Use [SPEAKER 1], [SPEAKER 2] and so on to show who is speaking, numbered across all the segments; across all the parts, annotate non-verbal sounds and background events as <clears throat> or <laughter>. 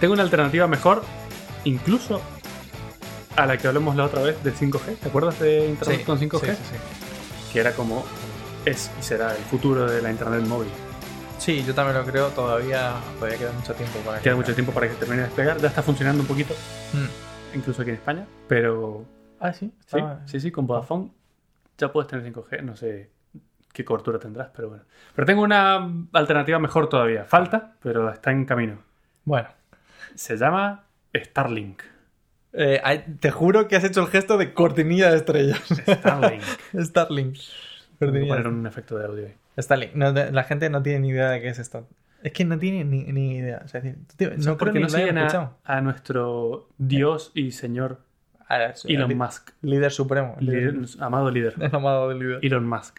[SPEAKER 1] Tengo una alternativa mejor, incluso a la que hablamos la otra vez del 5G. ¿Te acuerdas de Internet
[SPEAKER 2] Sí,
[SPEAKER 1] con 5G?
[SPEAKER 2] Sí, sí, sí.
[SPEAKER 1] Que era como es y será el futuro de la Internet móvil.
[SPEAKER 2] Sí, yo también lo creo. Todavía, todavía queda mucho tiempo para que.
[SPEAKER 1] Queda mucho tiempo para que se termine de desplegar. Ya está funcionando un poquito,
[SPEAKER 2] Mm.
[SPEAKER 1] incluso aquí en España. Pero
[SPEAKER 2] Ah, sí.
[SPEAKER 1] sí,
[SPEAKER 2] estaba-
[SPEAKER 1] sí, sí, con Vodafone ya puedes tener 5G. No sé qué cobertura tendrás, pero bueno. Pero tengo una alternativa mejor todavía. Falta, pero está en camino.
[SPEAKER 2] Bueno.
[SPEAKER 1] Se llama
[SPEAKER 2] <laughs>
[SPEAKER 1] Starlink.
[SPEAKER 2] Eh, ay, te juro que has hecho el gesto de cortinilla de estrellas. <laughs>
[SPEAKER 1] Starlink.
[SPEAKER 2] Starlink.
[SPEAKER 1] Voy a
[SPEAKER 2] Cortinilla de
[SPEAKER 1] poner un efecto de audio ahí.
[SPEAKER 2] Starlink. No, de- la gente no tiene ni idea de qué es esto. Es que no tiene ni, ni idea. O sea, es decir, tú te- no creo
[SPEAKER 1] porque
[SPEAKER 2] que
[SPEAKER 1] no
[SPEAKER 2] lo hayan
[SPEAKER 1] siguen a,
[SPEAKER 2] escuchado. Ah,
[SPEAKER 1] a nuestro dios y señor
[SPEAKER 2] Ahora, es-
[SPEAKER 1] Elon
[SPEAKER 2] li-
[SPEAKER 1] Musk,
[SPEAKER 2] Líder <laughs> supremo.
[SPEAKER 1] líder- amado líder,
[SPEAKER 2] Es amado del líder.
[SPEAKER 1] Elon Musk.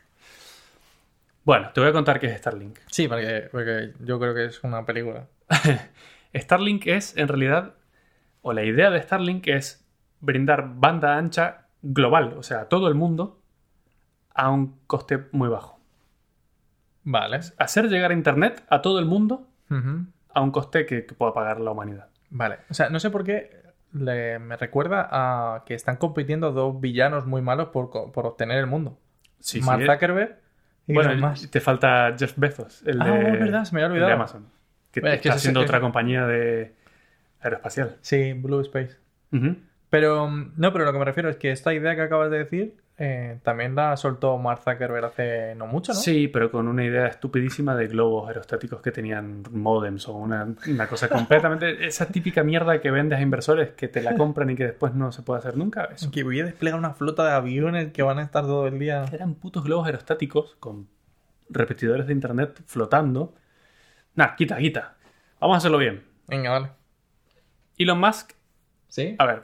[SPEAKER 1] Bueno, te voy a contar qué es Starlink.
[SPEAKER 2] Sí, porque, porque yo creo que es una película.
[SPEAKER 1] Starlink es, en realidad, o la idea de Starlink es brindar banda ancha global, o sea, a todo el mundo, a un coste muy bajo.
[SPEAKER 2] Vale.
[SPEAKER 1] Hacer llegar Internet a todo el mundo
[SPEAKER 2] Ujú.
[SPEAKER 1] a un coste que, que pueda pagar la humanidad.
[SPEAKER 2] Vale. O sea, no sé por qué le- me recuerda a que están compitiendo dos villanos muy malos por, co- por obtener el mundo.
[SPEAKER 1] Sí,
[SPEAKER 2] Mark
[SPEAKER 1] sí, eh.
[SPEAKER 2] Zuckerberg y
[SPEAKER 1] Bueno,
[SPEAKER 2] Elon Musk.
[SPEAKER 1] te falta Jeff Bezos, el
[SPEAKER 2] Ah,
[SPEAKER 1] de,
[SPEAKER 2] es verdad, se me había
[SPEAKER 1] el
[SPEAKER 2] olvidado.
[SPEAKER 1] de Amazon, que
[SPEAKER 2] Bueno, es que
[SPEAKER 1] está
[SPEAKER 2] ese-
[SPEAKER 1] haciendo
[SPEAKER 2] ese-
[SPEAKER 1] otra compañía de aeroespacial.
[SPEAKER 2] Sí, Blue Space.
[SPEAKER 1] Ujú.
[SPEAKER 2] Pero mm, no, pero lo que me refiero es que esta idea que acabas de decir eh, también la soltó Mark Zuckerberg hace no mucho, ¿no?
[SPEAKER 1] Sí, pero con una idea estupidísima de globos aerostáticos que tenían modems o una, una cosa <laughs> completamente... esa típica mierda que vendes a inversores que te la compran y que después no se puede hacer nunca. Eso.
[SPEAKER 2] Que voy a desplegar una flota de aviones que van a estar todo el día.
[SPEAKER 1] Eran putos globos aerostáticos con repetidores de internet flotando. Nah, quita, quita. Vamos a hacerlo bien.
[SPEAKER 2] Venga, vale.
[SPEAKER 1] Elon Musk
[SPEAKER 2] ¿Sí?
[SPEAKER 1] A ver,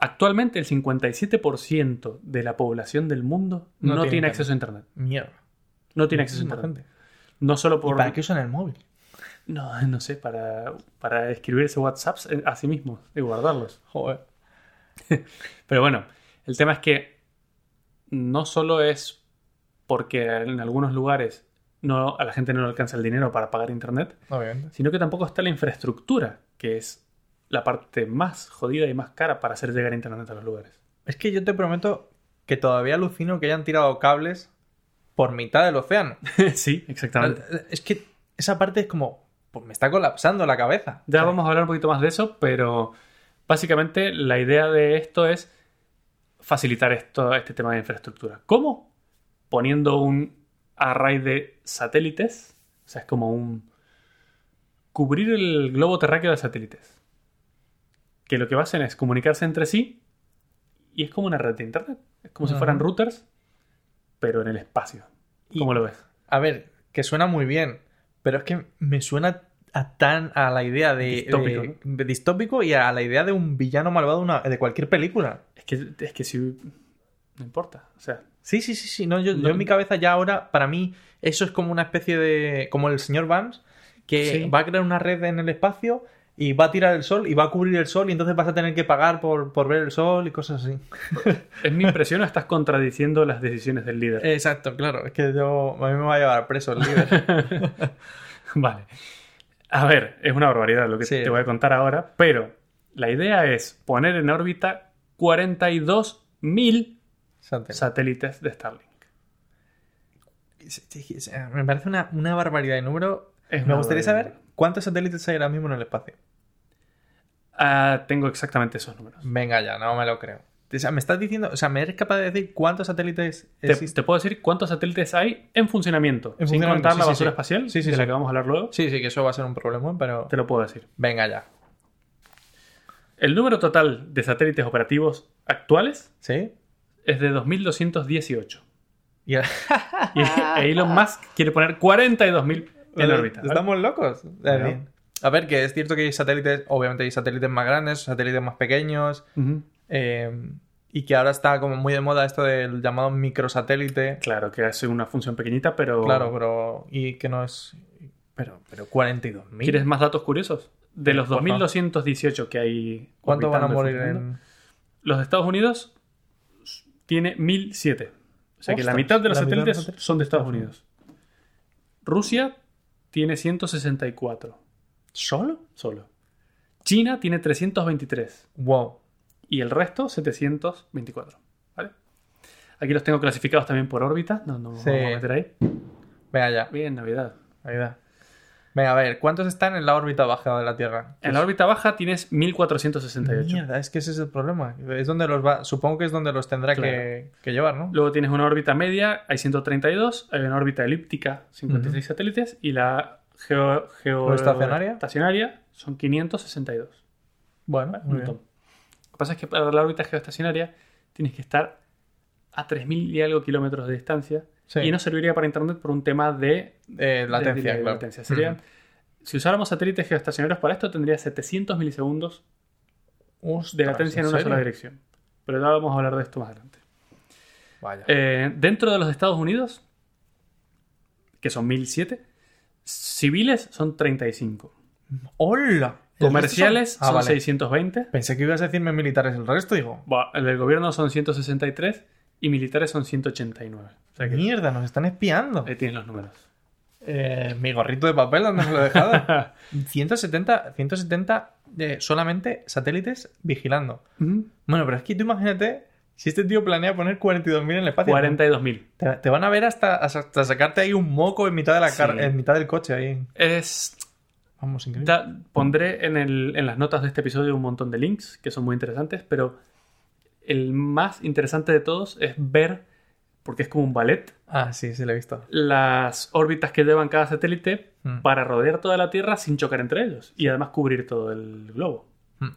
[SPEAKER 1] actualmente el 57% de la población del mundo no,
[SPEAKER 2] No tiene
[SPEAKER 1] tiene,
[SPEAKER 2] internet.
[SPEAKER 1] acceso a Internet.
[SPEAKER 2] Mierda.
[SPEAKER 1] No tiene acceso a
[SPEAKER 2] Muchísima
[SPEAKER 1] Internet.
[SPEAKER 2] gente.
[SPEAKER 1] No solo
[SPEAKER 2] ¿Y
[SPEAKER 1] por...
[SPEAKER 2] para qué usan el móvil?
[SPEAKER 1] No, <laughs> no sé, para, para escribirse WhatsApps eh, a sí mismos y guardarlos.
[SPEAKER 2] Joder.
[SPEAKER 1] Pero bueno, el tema es que no solo es porque en algunos lugares no, a la gente no le alcanza el dinero para pagar Internet,
[SPEAKER 2] Obviamente.
[SPEAKER 1] sino que tampoco está la infraestructura, que es la parte más jodida y más cara para hacer llegar Internet a los lugares. <laughs>
[SPEAKER 2] Es que yo te prometo que todavía alucino que hayan tirado cables por mitad
[SPEAKER 1] <laughs>
[SPEAKER 2] del océano.
[SPEAKER 1] sí, exactamente.
[SPEAKER 2] Es que esa parte es como. Pues me está colapsando la cabeza.
[SPEAKER 1] Ya
[SPEAKER 2] O sea,
[SPEAKER 1] vamos a hablar un poquito más de eso, pero básicamente la idea de esto es facilitar esto, este tema de infraestructura. ¿Cómo? Poniendo un array de satélites, o sea, es como un... cubrir el globo terráqueo de satélites, que lo que hacen es comunicarse entre sí y es como una red de internet, es como si
[SPEAKER 2] Ajá.
[SPEAKER 1] fueran routers, pero en el espacio.
[SPEAKER 2] Y-
[SPEAKER 1] ¿Cómo lo ves?
[SPEAKER 2] A ver, que suena muy bien, pero es que me suena a tan a la idea de
[SPEAKER 1] Distópico,
[SPEAKER 2] de- de distópico y a la idea de un villano malvado una- de cualquier película.
[SPEAKER 1] Es que, es que si... no importa, o sea...
[SPEAKER 2] Sí, sí, sí, sí. No, yo, yo
[SPEAKER 1] No.
[SPEAKER 2] en mi cabeza ya ahora, para mí, eso es como una especie de. como el señor Vance, que
[SPEAKER 1] Sí.
[SPEAKER 2] va a crear una red en el espacio y va a tirar el sol y va a cubrir el sol y entonces vas a tener que pagar por, por ver el sol y cosas así.
[SPEAKER 1] ¿Es mi impresión o estás contradiciendo las decisiones del
[SPEAKER 2] Eh.
[SPEAKER 1] líder?
[SPEAKER 2] Exacto, claro. Es que yo. a mí me va a llevar preso el <laughs> líder.
[SPEAKER 1] <laughs> Vale. A ver, es una barbaridad lo que
[SPEAKER 2] Sí.
[SPEAKER 1] te voy a contar ahora, pero la idea es poner en órbita 42.000
[SPEAKER 2] Exacto.
[SPEAKER 1] satélites de Starlink.
[SPEAKER 2] Me parece una, una barbaridad de número.
[SPEAKER 1] Es
[SPEAKER 2] Me
[SPEAKER 1] una
[SPEAKER 2] gustaría
[SPEAKER 1] barbaridad.
[SPEAKER 2] saber cuántos satélites hay ahora mismo en el espacio.
[SPEAKER 1] Ah, tengo exactamente esos números.
[SPEAKER 2] Venga ya, no me lo creo. O sea, me estás diciendo, o sea, ¿me eres capaz de decir cuántos satélites
[SPEAKER 1] Te,
[SPEAKER 2] existen?
[SPEAKER 1] te puedo decir cuántos satélites hay en funcionamiento,
[SPEAKER 2] Eh, En
[SPEAKER 1] sin
[SPEAKER 2] funcionamiento,
[SPEAKER 1] contar la
[SPEAKER 2] sí, sí,
[SPEAKER 1] basura
[SPEAKER 2] sí.
[SPEAKER 1] espacial,
[SPEAKER 2] Sí, sí,
[SPEAKER 1] de
[SPEAKER 2] sí.
[SPEAKER 1] la que vamos a hablar luego.
[SPEAKER 2] Sí, sí, que eso va a ser un problema, pero...
[SPEAKER 1] Te lo puedo decir.
[SPEAKER 2] Venga ya.
[SPEAKER 1] El número total de satélites operativos actuales
[SPEAKER 2] ¿Sí?
[SPEAKER 1] es de 2.218.
[SPEAKER 2] Y <laughs> ahora-
[SPEAKER 1] Y e Elon Musk quiere poner 42.000 en órbita. ¿vale?
[SPEAKER 2] Estamos locos.
[SPEAKER 1] Claro.
[SPEAKER 2] Eh, A ver, que es cierto que hay satélites, obviamente hay satélites más grandes, satélites más pequeños,
[SPEAKER 1] Ujú.
[SPEAKER 2] eh, y que ahora está como muy de moda esto del llamado microsatélite.
[SPEAKER 1] Claro, que hace una función pequeñita, pero...
[SPEAKER 2] Claro, pero... Y que no es... Pero, pero 42.000.
[SPEAKER 1] ¿Quieres más datos curiosos? De los
[SPEAKER 2] Por favor.
[SPEAKER 1] 2.218 que hay...
[SPEAKER 2] ¿Cuántos van a
[SPEAKER 1] orbitando y
[SPEAKER 2] morir
[SPEAKER 1] funcionando,
[SPEAKER 2] en...?
[SPEAKER 1] Los de Estados Unidos tiene 1.007. O sea que la
[SPEAKER 2] Ostras,
[SPEAKER 1] mitad de los
[SPEAKER 2] la mitad de los
[SPEAKER 1] satélites
[SPEAKER 2] satélites
[SPEAKER 1] son de Estados
[SPEAKER 2] Estados
[SPEAKER 1] Unidos. Rusia tiene 164.
[SPEAKER 2] ¿Solo?
[SPEAKER 1] solo. China tiene 323
[SPEAKER 2] Wow.
[SPEAKER 1] y el resto 724. ¿vale? Aquí los tengo clasificados también por órbita. No, no nos
[SPEAKER 2] Sí.
[SPEAKER 1] vamos a meter ahí.
[SPEAKER 2] Venga ya.
[SPEAKER 1] Bien, Navidad.
[SPEAKER 2] Ahí va. Venga, a ver, ¿cuántos están en la órbita baja de la Tierra? Pues,
[SPEAKER 1] En la órbita baja tienes 1468.
[SPEAKER 2] Mierda, es que ese es el problema. Es donde los va... Supongo que es donde los tendrá
[SPEAKER 1] Claro.
[SPEAKER 2] que, que llevar, ¿no?
[SPEAKER 1] Luego tienes una órbita media, hay 132, hay una órbita elíptica, 56 satélites, y la geo, geo-
[SPEAKER 2] ¿Estacionaria?
[SPEAKER 1] estacionaria son 562.
[SPEAKER 2] Bueno,
[SPEAKER 1] Un
[SPEAKER 2] muy
[SPEAKER 1] montón.
[SPEAKER 2] bien.
[SPEAKER 1] Lo que pasa es que para la órbita geoestacionaria tienes que estar a 3.000 y algo kilómetros de distancia
[SPEAKER 2] Sí.
[SPEAKER 1] y no serviría para Internet por un tema de
[SPEAKER 2] Eh, latencia,
[SPEAKER 1] de delay,
[SPEAKER 2] claro.
[SPEAKER 1] latencia. Serían- Si usáramos satélites geoestacionarios para esto, tendría 700 milisegundos
[SPEAKER 2] Ujú.
[SPEAKER 1] de
[SPEAKER 2] Ostras,
[SPEAKER 1] latencia en una
[SPEAKER 2] Ah, serio?
[SPEAKER 1] sola dirección. Pero ya vamos a hablar de esto más adelante.
[SPEAKER 2] Vaya.
[SPEAKER 1] Eh, dentro de los Estados Unidos, que son 1007, civiles son 35.
[SPEAKER 2] ¡Hola! ¿El
[SPEAKER 1] Comerciales
[SPEAKER 2] resto son- Ah,
[SPEAKER 1] son
[SPEAKER 2] vale.
[SPEAKER 1] 620.
[SPEAKER 2] Pensé que ibas a decirme militares el resto, digo.
[SPEAKER 1] Buah, el del gobierno son 163 y militares son 189. O sea que
[SPEAKER 2] Mierda, nos están espiando.
[SPEAKER 1] ahí tienes los números.
[SPEAKER 2] <laughs>
[SPEAKER 1] <laughs>
[SPEAKER 2] Eh, mi gorrito de papel, ¿dónde me lo he dejado? 170, 170 eh, solamente satélites vigilando.
[SPEAKER 1] Ujú.
[SPEAKER 2] Bueno, pero es que tú imagínate si este tío planea poner 42.000 en el espacio.
[SPEAKER 1] 42.000.
[SPEAKER 2] Te, te van a ver hasta, hasta sacarte ahí un moco en mitad, de la car-
[SPEAKER 1] Sí.
[SPEAKER 2] en mitad del coche. ahí.
[SPEAKER 1] Es,
[SPEAKER 2] Vamos, increíble.
[SPEAKER 1] Da- pondré en, el- en las notas de este episodio un montón de links que son muy interesantes, pero el más interesante de todos es ver, porque es como un ballet,
[SPEAKER 2] Ah, sí, sí, lo he visto.
[SPEAKER 1] las órbitas que llevan cada satélite
[SPEAKER 2] Mm.
[SPEAKER 1] para rodear toda la Tierra sin chocar entre ellos y además cubrir todo el globo.
[SPEAKER 2] Mm.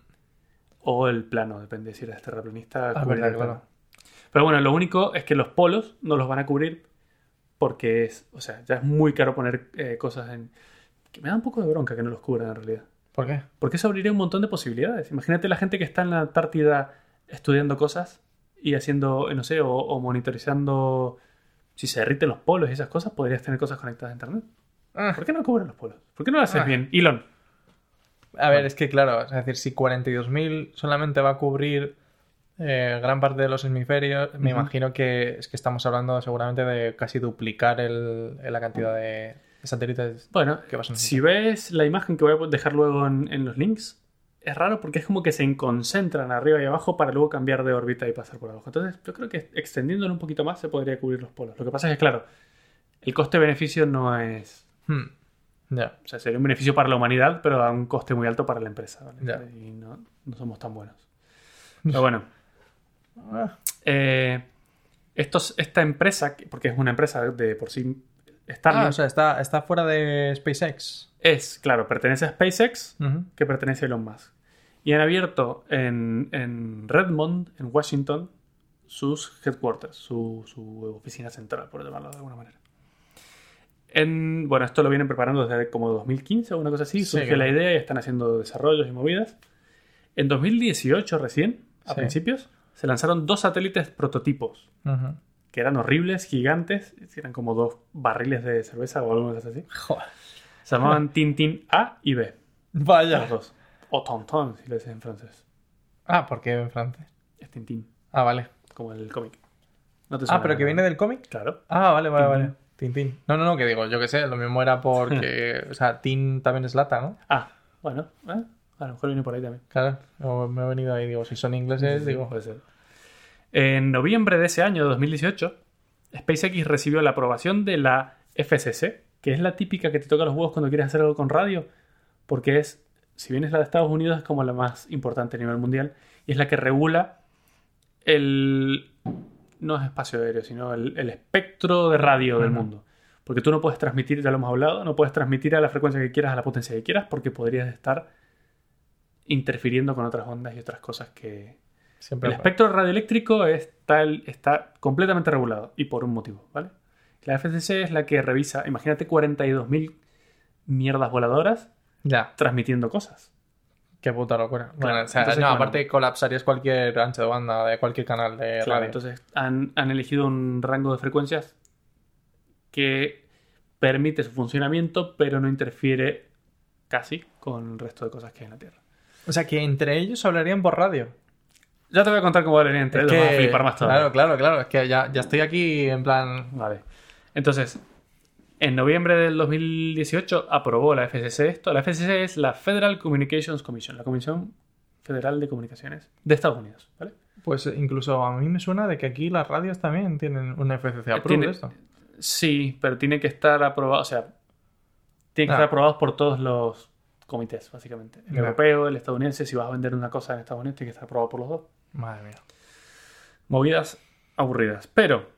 [SPEAKER 1] O el plano, depende si eres terraplanista.
[SPEAKER 2] Ah,
[SPEAKER 1] cubrir
[SPEAKER 2] verdad,
[SPEAKER 1] el plano.
[SPEAKER 2] claro.
[SPEAKER 1] Pero bueno, lo único es que los polos no los van a cubrir porque es, o sea, ya es muy caro poner eh, cosas en... Que me da un poco de bronca que no los cubran en realidad.
[SPEAKER 2] ¿Por qué?
[SPEAKER 1] Porque eso abriría un montón de posibilidades. Imagínate la gente que está en la Antártida estudiando cosas y haciendo, eh, no sé, o, o monitorizando si se derriten los polos y esas cosas, podrías tener cosas conectadas a Internet.
[SPEAKER 2] Ah,
[SPEAKER 1] ¿Por qué no cubren los polos? ¿Por qué no lo haces
[SPEAKER 2] Ah.
[SPEAKER 1] bien? Elon,
[SPEAKER 2] A ver, es que claro, es decir, si 42.000 solamente va a cubrir eh, gran parte de los hemisferios, me
[SPEAKER 1] Ujú.
[SPEAKER 2] imagino que es que estamos hablando seguramente de casi duplicar el, la cantidad de satélites.
[SPEAKER 1] bueno,
[SPEAKER 2] ¿Qué vas a
[SPEAKER 1] si ves la imagen que voy a dejar luego en, en los links, es raro porque es como que se concentran arriba y abajo para luego cambiar de órbita y pasar por abajo. Entonces, yo creo que extendiéndolo un poquito más se podría cubrir los polos. Lo que pasa es que, claro, el coste-beneficio no es
[SPEAKER 2] Hmm, Ya.
[SPEAKER 1] O sea, sería un beneficio para la humanidad, pero a un coste muy alto para la empresa. ¿vale?
[SPEAKER 2] Ya.
[SPEAKER 1] Y no, no somos tan buenos.
[SPEAKER 2] <laughs>
[SPEAKER 1] Pero bueno,
[SPEAKER 2] Ah,
[SPEAKER 1] eh, estos, esta empresa, que- porque es una empresa de por sí, Starlink,
[SPEAKER 2] Ah, o sea, está, está fuera de SpaceX.
[SPEAKER 1] es, claro, pertenece a SpaceX,
[SPEAKER 2] Ujú.
[SPEAKER 1] que pertenece a Elon Musk. Y han abierto en, en Redmond, en Washington, sus headquarters, su, su oficina central, por llamarlo de alguna manera. En, bueno, esto lo vienen preparando desde como 2015 o una cosa así.
[SPEAKER 2] Sí,
[SPEAKER 1] Surge
[SPEAKER 2] claro.
[SPEAKER 1] la idea y están haciendo desarrollos y movidas. En 2018 recién, a
[SPEAKER 2] Sí.
[SPEAKER 1] principios, se lanzaron dos satélites prototipos,
[SPEAKER 2] Ujú.
[SPEAKER 1] que eran horribles, gigantes, eran como dos barriles de cerveza o algo así.
[SPEAKER 2] Joder.
[SPEAKER 1] Se llamaban Tintin A y B.
[SPEAKER 2] Vaya.
[SPEAKER 1] Los dos. O Tonton, si lo dices en francés.
[SPEAKER 2] Ah, porque en francés.
[SPEAKER 1] Es Tintín,
[SPEAKER 2] Ah, vale.
[SPEAKER 1] como el cómic. No te
[SPEAKER 2] Ah,
[SPEAKER 1] suena
[SPEAKER 2] pero que
[SPEAKER 1] nada.
[SPEAKER 2] viene del cómic.
[SPEAKER 1] Claro.
[SPEAKER 2] Ah, vale, vale,
[SPEAKER 1] Tintín.
[SPEAKER 2] vale. Tintín. No, no, no, que digo, yo qué sé, lo mismo era <laughs> porque. o sea, Tin también es lata, ¿no?
[SPEAKER 1] Ah, bueno. ¿eh? A lo mejor viene por ahí también.
[SPEAKER 2] Claro, o me he venido ahí, digo, si son ingleses, digo.
[SPEAKER 1] Puede ser. En noviembre de ese año, 2018, SpaceX recibió la aprobación de la FCC, que es la típica que te toca los huevos cuando quieres hacer algo con radio, porque es, si bien es la de Estados Unidos, es como la más importante a nivel mundial, y es la que regula el... no es espacio aéreo, sino el, el espectro de radio del
[SPEAKER 2] Ujú.
[SPEAKER 1] mundo. Porque tú no puedes transmitir, ya lo hemos hablado, no puedes transmitir a la frecuencia que quieras, a la potencia que quieras, porque podrías estar interfiriendo con otras ondas y otras cosas que,
[SPEAKER 2] Siempre
[SPEAKER 1] el espectro radioeléctrico está, el- está completamente regulado y por un motivo, ¿vale? La FCC es la que revisa, imagínate 42.000 mierdas voladoras
[SPEAKER 2] Ya,
[SPEAKER 1] transmitiendo cosas.
[SPEAKER 2] qué puta locura. Bueno,
[SPEAKER 1] Claro,
[SPEAKER 2] o sea,
[SPEAKER 1] entonces,
[SPEAKER 2] no,
[SPEAKER 1] bueno.
[SPEAKER 2] aparte colapsarías cualquier ancho de banda de cualquier canal de
[SPEAKER 1] Claro,
[SPEAKER 2] radio.
[SPEAKER 1] entonces han, han elegido un rango de frecuencias que permite su funcionamiento, pero no interfiere casi con el resto de cosas que hay en la Tierra.
[SPEAKER 2] O sea, que entre ellos hablarían por radio.
[SPEAKER 1] Ya te voy a contar cómo valen entre
[SPEAKER 2] Es
[SPEAKER 1] ellos, vas a
[SPEAKER 2] que-
[SPEAKER 1] flipar más todavía.
[SPEAKER 2] Claro, claro, claro. Es que ya, ya estoy aquí en plan.
[SPEAKER 1] Vale. Entonces, En noviembre del 2018 aprobó la FCC esto. La FCC es la Federal Communications Commission, la Comisión Federal de Comunicaciones de Estados Unidos. ¿vale?
[SPEAKER 2] Pues incluso a mí me suena de que aquí las radios también tienen una FCC
[SPEAKER 1] Eh,
[SPEAKER 2] approve
[SPEAKER 1] tiene-
[SPEAKER 2] de esto.
[SPEAKER 1] Sí, pero tiene que estar aprobado, o sea, tiene que
[SPEAKER 2] Ah.
[SPEAKER 1] estar aprobados por todos los comités, básicamente. El
[SPEAKER 2] Ya.
[SPEAKER 1] europeo, el estadounidense, si vas a vender una cosa en Estados Unidos, tiene que estar aprobado por los dos.
[SPEAKER 2] Madre mía.
[SPEAKER 1] Movidas aburridas. Pero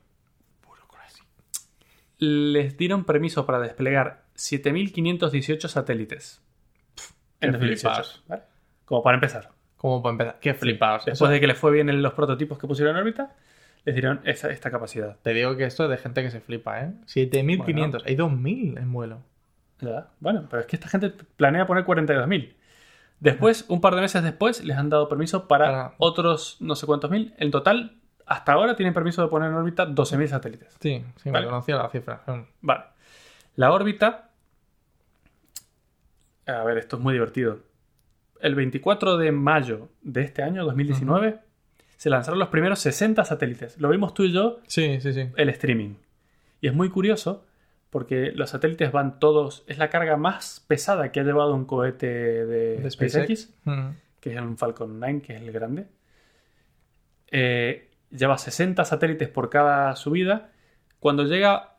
[SPEAKER 1] les dieron permiso para desplegar 7.518 satélites en
[SPEAKER 2] Qué
[SPEAKER 1] 2018.
[SPEAKER 2] flipas.
[SPEAKER 1] ¿vale? Como para empezar.
[SPEAKER 2] Como para empezar. Qué flipados.
[SPEAKER 1] Después de que les fue bien en los prototipos que pusieron en órbita, les dieron esa- esta capacidad.
[SPEAKER 2] Te digo que esto es de gente que se flipa, ¿eh? 7500. Hay 2000 en vuelo.
[SPEAKER 1] Ya, Bueno, pero es que esta gente planea poner 42.000. Después, un par de meses después, les han dado permiso para
[SPEAKER 2] Para-
[SPEAKER 1] otros no sé cuántos mil. En total, hasta ahora tienen permiso de poner en órbita 12.000 satélites.
[SPEAKER 2] Sí, sí,
[SPEAKER 1] Vale.
[SPEAKER 2] me conocía la cifra. Mm.
[SPEAKER 1] Vale. La órbita. A ver, esto es muy divertido. El 24 de mayo de este año, 2019, se lanzaron los primeros 60 satélites. Lo vimos tú y yo,
[SPEAKER 2] Sí, sí, sí.
[SPEAKER 1] el streaming. Y es muy curioso porque los satélites van todos. Es la carga más pesada que ha llevado un cohete de,
[SPEAKER 2] De
[SPEAKER 1] SpaceX,
[SPEAKER 2] SpaceX. Mm.
[SPEAKER 1] que es un Falcon 9, que es el grande. Eh, lleva 60 satélites por cada subida. Cuando llega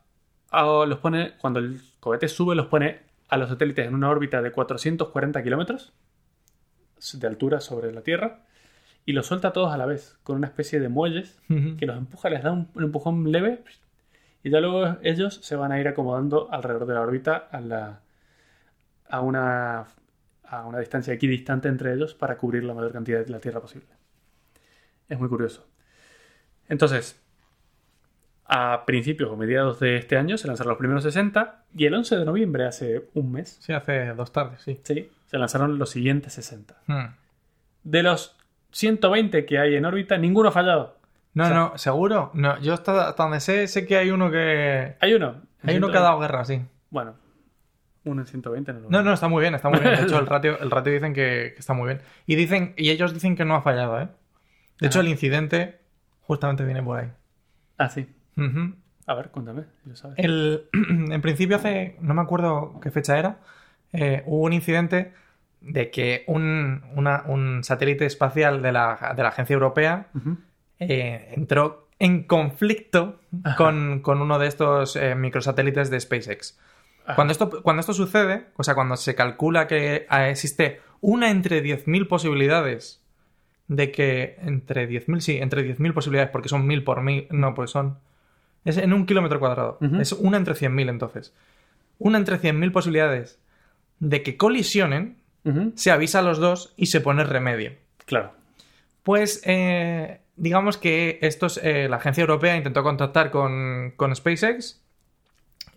[SPEAKER 1] a, los pone, cuando el cohete sube, los pone a los satélites en una órbita de 440 kilómetros de altura sobre la Tierra y los suelta todos a la vez con una especie de muelles
[SPEAKER 2] Ujú.
[SPEAKER 1] que los empuja, les da un, un empujón leve y ya luego ellos se van a ir acomodando alrededor de la órbita a, la, a, una, a una distancia equidistante entre ellos para cubrir la mayor cantidad de la Tierra posible. Es muy curioso. Entonces, a principios o mediados de este año se lanzaron los primeros 60 y el 11 de noviembre, hace un mes,
[SPEAKER 2] <laughs> Sí, hace dos tardes, sí.
[SPEAKER 1] ¿sí? se lanzaron los siguientes 60.
[SPEAKER 2] Mm.
[SPEAKER 1] De los 120 que hay en órbita, ninguno ha fallado.
[SPEAKER 2] No,
[SPEAKER 1] O sea-
[SPEAKER 2] no, seguro. No, yo hasta, hasta donde sé, sé que hay uno que.
[SPEAKER 1] Hay uno.
[SPEAKER 2] Hay uno que ha dado guerra, sí.
[SPEAKER 1] Bueno, uno en 120 no lo
[SPEAKER 2] No, no, está muy bien, está muy bien. De
[SPEAKER 1] <laughs>
[SPEAKER 2] hecho, el ratio, el ratio dicen que, que está muy bien. Y dicen, y ellos dicen que no ha fallado, ¿eh? De hecho,
[SPEAKER 1] Ajá.
[SPEAKER 2] el incidente justamente viene por ahí.
[SPEAKER 1] Ah, sí.
[SPEAKER 2] Ujú.
[SPEAKER 1] A ver, cuéntame, lo sabes.
[SPEAKER 2] El, <clears throat> en principio hace, no me acuerdo qué fecha era, eh, hubo un incidente de que un, una- un satélite espacial de la, de la Agencia Europea
[SPEAKER 1] Ujú.
[SPEAKER 2] eh, entró en conflicto
[SPEAKER 1] Ajá.
[SPEAKER 2] con, con uno de estos eh, microsatélites de SpaceX.
[SPEAKER 1] Ajá.
[SPEAKER 2] Cuando esto, cuando esto sucede, o sea, cuando se calcula que ah, existe una entre 10.000 posibilidades de que... Entre 10.000, sí, entre 10.000 posibilidades, porque son 1.000 por 1.000, no, pues son... Es en un kilómetro cuadrado.
[SPEAKER 1] Ujú.
[SPEAKER 2] Es una entre 100.000 entonces. Una entre 100.000 posibilidades de que colisionen,
[SPEAKER 1] Ujú.
[SPEAKER 2] se avisa a los dos y se pone remedio.
[SPEAKER 1] Claro.
[SPEAKER 2] Pues eh, digamos que estos, eh, la agencia europea intentó contactar con, con SpaceX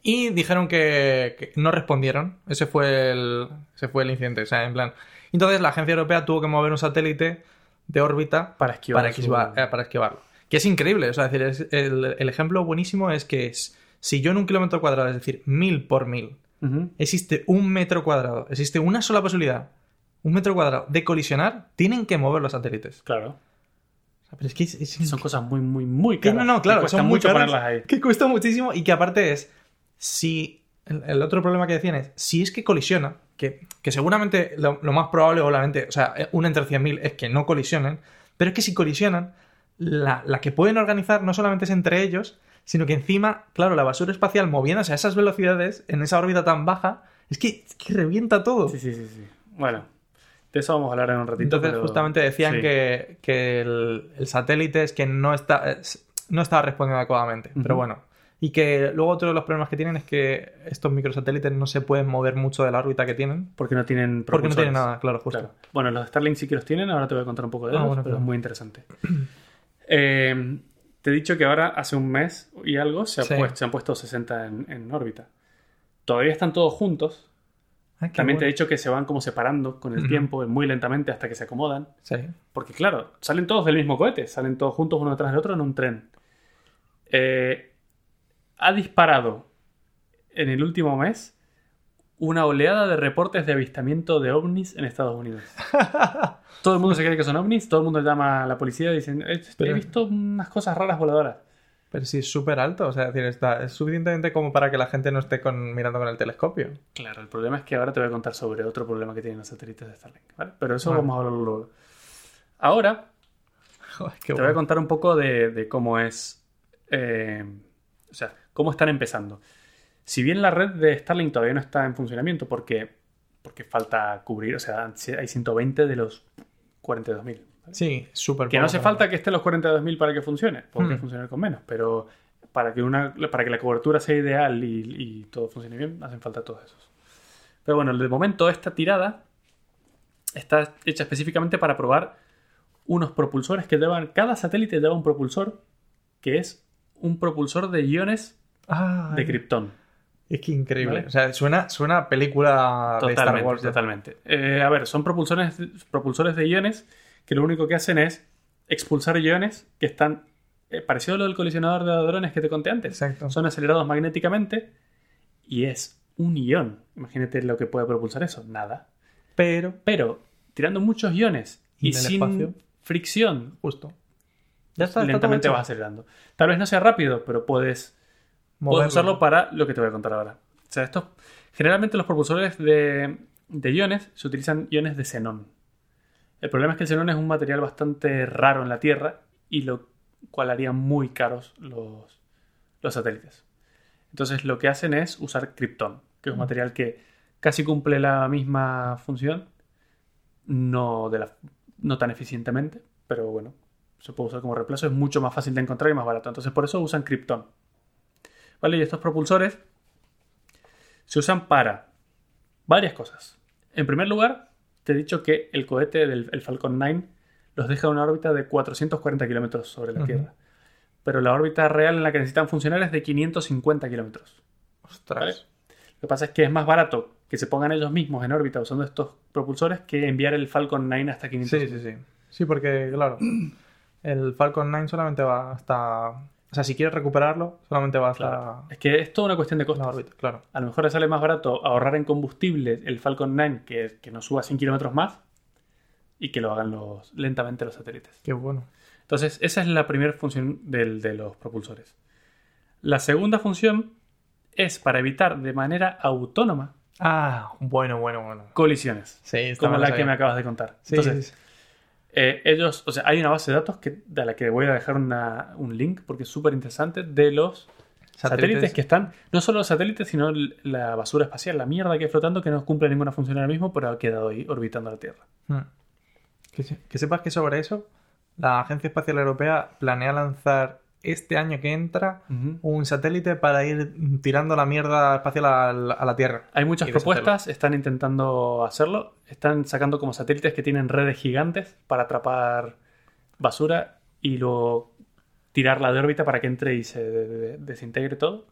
[SPEAKER 2] y dijeron que, que no respondieron. Ese fue, el, ese fue el incidente, o sea, en plan. Entonces la agencia europea tuvo que mover un satélite de órbita
[SPEAKER 1] Para esquivar.
[SPEAKER 2] para,
[SPEAKER 1] su-
[SPEAKER 2] esquivar- eh, para esquivarlo. Que es increíble, o sea, es decir, es- el, el ejemplo buenísimo es que es- si yo en un kilómetro cuadrado, es decir, mil por mil,
[SPEAKER 1] Ujú.
[SPEAKER 2] existe un metro cuadrado, existe una sola posibilidad, un metro cuadrado, de colisionar, tienen que mover los satélites.
[SPEAKER 1] Claro.
[SPEAKER 2] O sea, Pero es que es- es-
[SPEAKER 1] Son cosas muy, muy, muy
[SPEAKER 2] que
[SPEAKER 1] caras.
[SPEAKER 2] no, no,
[SPEAKER 1] que
[SPEAKER 2] claro,
[SPEAKER 1] cuesta
[SPEAKER 2] son muy
[SPEAKER 1] mucho
[SPEAKER 2] caras,
[SPEAKER 1] ponerlas ahí.
[SPEAKER 2] <laughs> Que cuesta muchísimo y que aparte es, si el, el otro problema que decían es, si es que colisiona, que, que seguramente lo, lo más probable, obviamente, o sea, una entre 100.000 es que no colisionen, pero es que si colisionan, la, la que pueden organizar no solamente es entre ellos, sino que encima, claro, la basura espacial moviéndose a esas velocidades, en esa órbita tan baja, es que, es que revienta todo.
[SPEAKER 1] Sí, sí, sí, sí. Bueno, de eso vamos a hablar en un ratito.
[SPEAKER 2] Entonces,
[SPEAKER 1] pero-
[SPEAKER 2] justamente decían
[SPEAKER 1] sí.
[SPEAKER 2] que, que el, el satélite es que no está es- no estaba respondiendo adecuadamente. Pero
[SPEAKER 1] Ujú.
[SPEAKER 2] bueno. Y que luego otro de los problemas que tienen es que estos microsatélites no se pueden mover mucho de la órbita que tienen.
[SPEAKER 1] Porque no tienen
[SPEAKER 2] Porque no
[SPEAKER 1] propulsores.
[SPEAKER 2] tienen nada, claro, justo.
[SPEAKER 1] Claro. Bueno, los Starlink sí que los tienen, ahora te voy a contar un poco de
[SPEAKER 2] Ah,
[SPEAKER 1] ellos,
[SPEAKER 2] bueno,
[SPEAKER 1] pero
[SPEAKER 2] claro.
[SPEAKER 1] es muy interesante. <clears throat> Eh, te he dicho que ahora hace un mes y algo se, ha
[SPEAKER 2] Sí.
[SPEAKER 1] puesto- se han puesto 60 en, en órbita. Todavía están todos juntos.
[SPEAKER 2] Ah, qué
[SPEAKER 1] También te he
[SPEAKER 2] bueno.
[SPEAKER 1] dicho que se van como separando con el
[SPEAKER 2] Ujú.
[SPEAKER 1] tiempo, muy lentamente hasta que se acomodan.
[SPEAKER 2] Sí.
[SPEAKER 1] Porque claro, salen todos del mismo cohete, salen todos juntos uno detrás del otro en un tren. Eh, ha disparado en el último mes una oleada de reportes de avistamiento de ovnis en Estados
[SPEAKER 2] <laughs>
[SPEAKER 1] Unidos. todo el mundo se cree que son ovnis, todo el mundo llama a la policía y dicen, "Eh, he
[SPEAKER 2] Pero-
[SPEAKER 1] visto unas cosas raras voladoras.
[SPEAKER 2] Pero sí, es súper alto, o sea, es decir, está, es suficientemente como para que la gente no esté con, mirando con el telescopio. <laughs>
[SPEAKER 1] Claro, el problema es que ahora te voy a contar sobre otro problema que tienen los satélites de Starlink, ¿vale? Pero eso
[SPEAKER 2] Vale.
[SPEAKER 1] vamos a hablarlo luego. Ahora
[SPEAKER 2] Joder, qué
[SPEAKER 1] te voy a
[SPEAKER 2] bueno.
[SPEAKER 1] contar un poco de, de cómo es, eh, o sea, cómo están empezando. Si bien la red de Starlink todavía no está en funcionamiento porque, porque falta cubrir, o sea, hay 120 de los 42.000. ¿vale?
[SPEAKER 2] Sí, súper
[SPEAKER 1] Que no
[SPEAKER 2] poco,
[SPEAKER 1] hace
[SPEAKER 2] la
[SPEAKER 1] falta que estén los 42.000 para que funcione, porque
[SPEAKER 2] Hmm.
[SPEAKER 1] funcionar con menos, pero para que, una, para que la cobertura sea ideal y, y todo funcione bien, hacen falta todos esos. Pero bueno, de momento esta tirada está hecha específicamente para probar unos propulsores que llevan, cada satélite lleva un propulsor que es un propulsor de iones
[SPEAKER 2] verdad.
[SPEAKER 1] de
[SPEAKER 2] Ay,
[SPEAKER 1] Krypton.
[SPEAKER 2] Es que increíble.
[SPEAKER 1] ¿Vale?
[SPEAKER 2] O sea, suena, suena a película de Star
[SPEAKER 1] Totalmente,
[SPEAKER 2] Wars. ya.
[SPEAKER 1] totalmente. Eh, a ver, son propulsores, propulsores de iones que lo único que hacen es expulsar iones que están eh, parecido a lo del colisionador de hadrones que te conté antes.
[SPEAKER 2] Exacto.
[SPEAKER 1] Son acelerados magnéticamente y es un ion. Imagínate lo que puede propulsar eso. Nada.
[SPEAKER 2] Pero,
[SPEAKER 1] Pero tirando muchos iones
[SPEAKER 2] Y
[SPEAKER 1] y,
[SPEAKER 2] en el
[SPEAKER 1] sin
[SPEAKER 2] espacio.
[SPEAKER 1] fricción,
[SPEAKER 2] justo. Ya está, está todo
[SPEAKER 1] lentamente
[SPEAKER 2] hecho.
[SPEAKER 1] vas acelerando. Tal vez no sea rápido, pero puedes
[SPEAKER 2] Moverlo.
[SPEAKER 1] Puedes usarlo para lo que te voy a contar ahora. O sea, estos, generalmente los propulsores de, de iones se utilizan iones de xenón. El problema es que el xenón es un material bastante raro en la Tierra y lo cual haría muy caros los, los satélites. Entonces lo que hacen es usar krypton, que es un
[SPEAKER 2] Mm.
[SPEAKER 1] material que casi cumple la misma función, no, de la, no tan eficientemente, pero bueno, se puede usar como reemplazo, es mucho más fácil de encontrar y más barato. Entonces por eso usan krypton. ¿Vale? Y estos propulsores se usan para varias cosas. En primer lugar, te he dicho que el cohete del el Falcon 9 los deja en una órbita de 440 kilómetros sobre la
[SPEAKER 2] Ujú.
[SPEAKER 1] Tierra. Pero la órbita real en la que necesitan funcionar es de 550 kilómetros.
[SPEAKER 2] Ostras.
[SPEAKER 1] ¿vale? Lo que pasa es que es más barato que se pongan ellos mismos en órbita usando estos propulsores que enviar el Falcon 9 hasta 500.
[SPEAKER 2] Sí, sí, sí. Sí, porque, <clears throat> claro, el Falcon 9 solamente va hasta. O sea, si quieres recuperarlo, solamente va hasta
[SPEAKER 1] Claro. Es que es toda una cuestión de
[SPEAKER 2] la
[SPEAKER 1] costos.
[SPEAKER 2] órbita, claro.
[SPEAKER 1] A lo mejor le sale más barato ahorrar en combustible el Falcon 9 que, que nos suba 100 kilómetros más y que lo hagan los, lentamente los satélites.
[SPEAKER 2] Qué bueno.
[SPEAKER 1] Entonces, esa es la primera función del- de los propulsores. La segunda función es para evitar de manera autónoma
[SPEAKER 2] Ah, bueno, bueno, bueno.
[SPEAKER 1] colisiones,
[SPEAKER 2] Sí, está
[SPEAKER 1] como
[SPEAKER 2] mal
[SPEAKER 1] la
[SPEAKER 2] sabía.
[SPEAKER 1] que me acabas de contar.
[SPEAKER 2] Sí,
[SPEAKER 1] Entonces,
[SPEAKER 2] sí, sí.
[SPEAKER 1] eh, ellos, o sea, hay una base de datos que, de la que voy a dejar una- un link porque es súper interesante de los satélites. que están, no solo los satélites, sino l- la basura espacial, la mierda que hay flotando que no cumple ninguna función ahora mismo, pero ha quedado ahí orbitando la Tierra.
[SPEAKER 2] Mm. Que, se- que sepas que sobre eso, la Agencia Espacial Europea planea lanzar este año que entra un satélite para ir tirando la mierda espacial al- a, la Tierra.
[SPEAKER 1] Hay muchas
[SPEAKER 2] Y
[SPEAKER 1] propuestas, están intentando hacerlo, están sacando como satélites que tienen redes gigantes para atrapar basura y luego tirarla de órbita para que entre y se de- de- desintegre todo.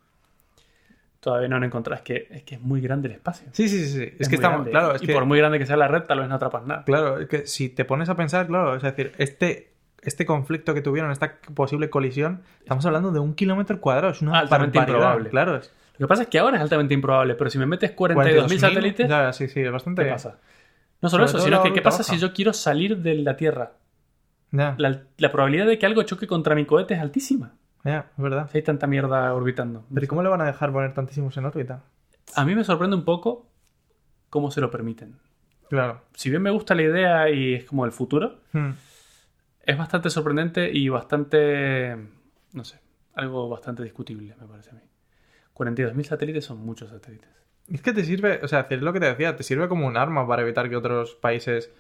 [SPEAKER 1] Todavía no han encontrado, es que es, que es muy grande el espacio.
[SPEAKER 2] Sí, sí, sí. sí. Es,
[SPEAKER 1] muy
[SPEAKER 2] que estamos,
[SPEAKER 1] grande.
[SPEAKER 2] claro, es
[SPEAKER 1] y
[SPEAKER 2] que,
[SPEAKER 1] por muy grande que sea la red, tal vez no atrapas nada.
[SPEAKER 2] claro, es que si te pones a pensar, claro, es decir, este, este conflicto que tuvieron, esta posible colisión, estamos hablando de un kilómetro cuadrado, es una
[SPEAKER 1] Altamente
[SPEAKER 2] barbaridad,
[SPEAKER 1] improbable.
[SPEAKER 2] Claro, es
[SPEAKER 1] Lo que pasa es que ahora es altamente improbable, pero si me metes 42.000
[SPEAKER 2] 42.000,
[SPEAKER 1] satélites,
[SPEAKER 2] ya, sí, sí, es bastante.
[SPEAKER 1] ¿qué pasa? No solo
[SPEAKER 2] Sobre
[SPEAKER 1] eso,
[SPEAKER 2] todo
[SPEAKER 1] sino
[SPEAKER 2] la
[SPEAKER 1] que ¿qué
[SPEAKER 2] órbita
[SPEAKER 1] pasa
[SPEAKER 2] baja.
[SPEAKER 1] si yo quiero salir de la Tierra?
[SPEAKER 2] Ya,
[SPEAKER 1] La, la probabilidad de que algo choque contra mi cohete es altísima.
[SPEAKER 2] ya, es verdad.
[SPEAKER 1] Si hay tanta mierda orbitando.
[SPEAKER 2] Pero ¿y ¿cómo le van a dejar poner tantísimos en órbita?
[SPEAKER 1] A mí me sorprende un poco cómo se lo permiten.
[SPEAKER 2] Claro.
[SPEAKER 1] Si bien me gusta la idea y es como el futuro,
[SPEAKER 2] Hmm.
[SPEAKER 1] es bastante sorprendente y bastante, no sé, algo bastante discutible, me parece a mí. 42.000 satélites son muchos satélites.
[SPEAKER 2] Es que te sirve, o sea, es lo que te decía, te sirve como un arma para evitar que otros países.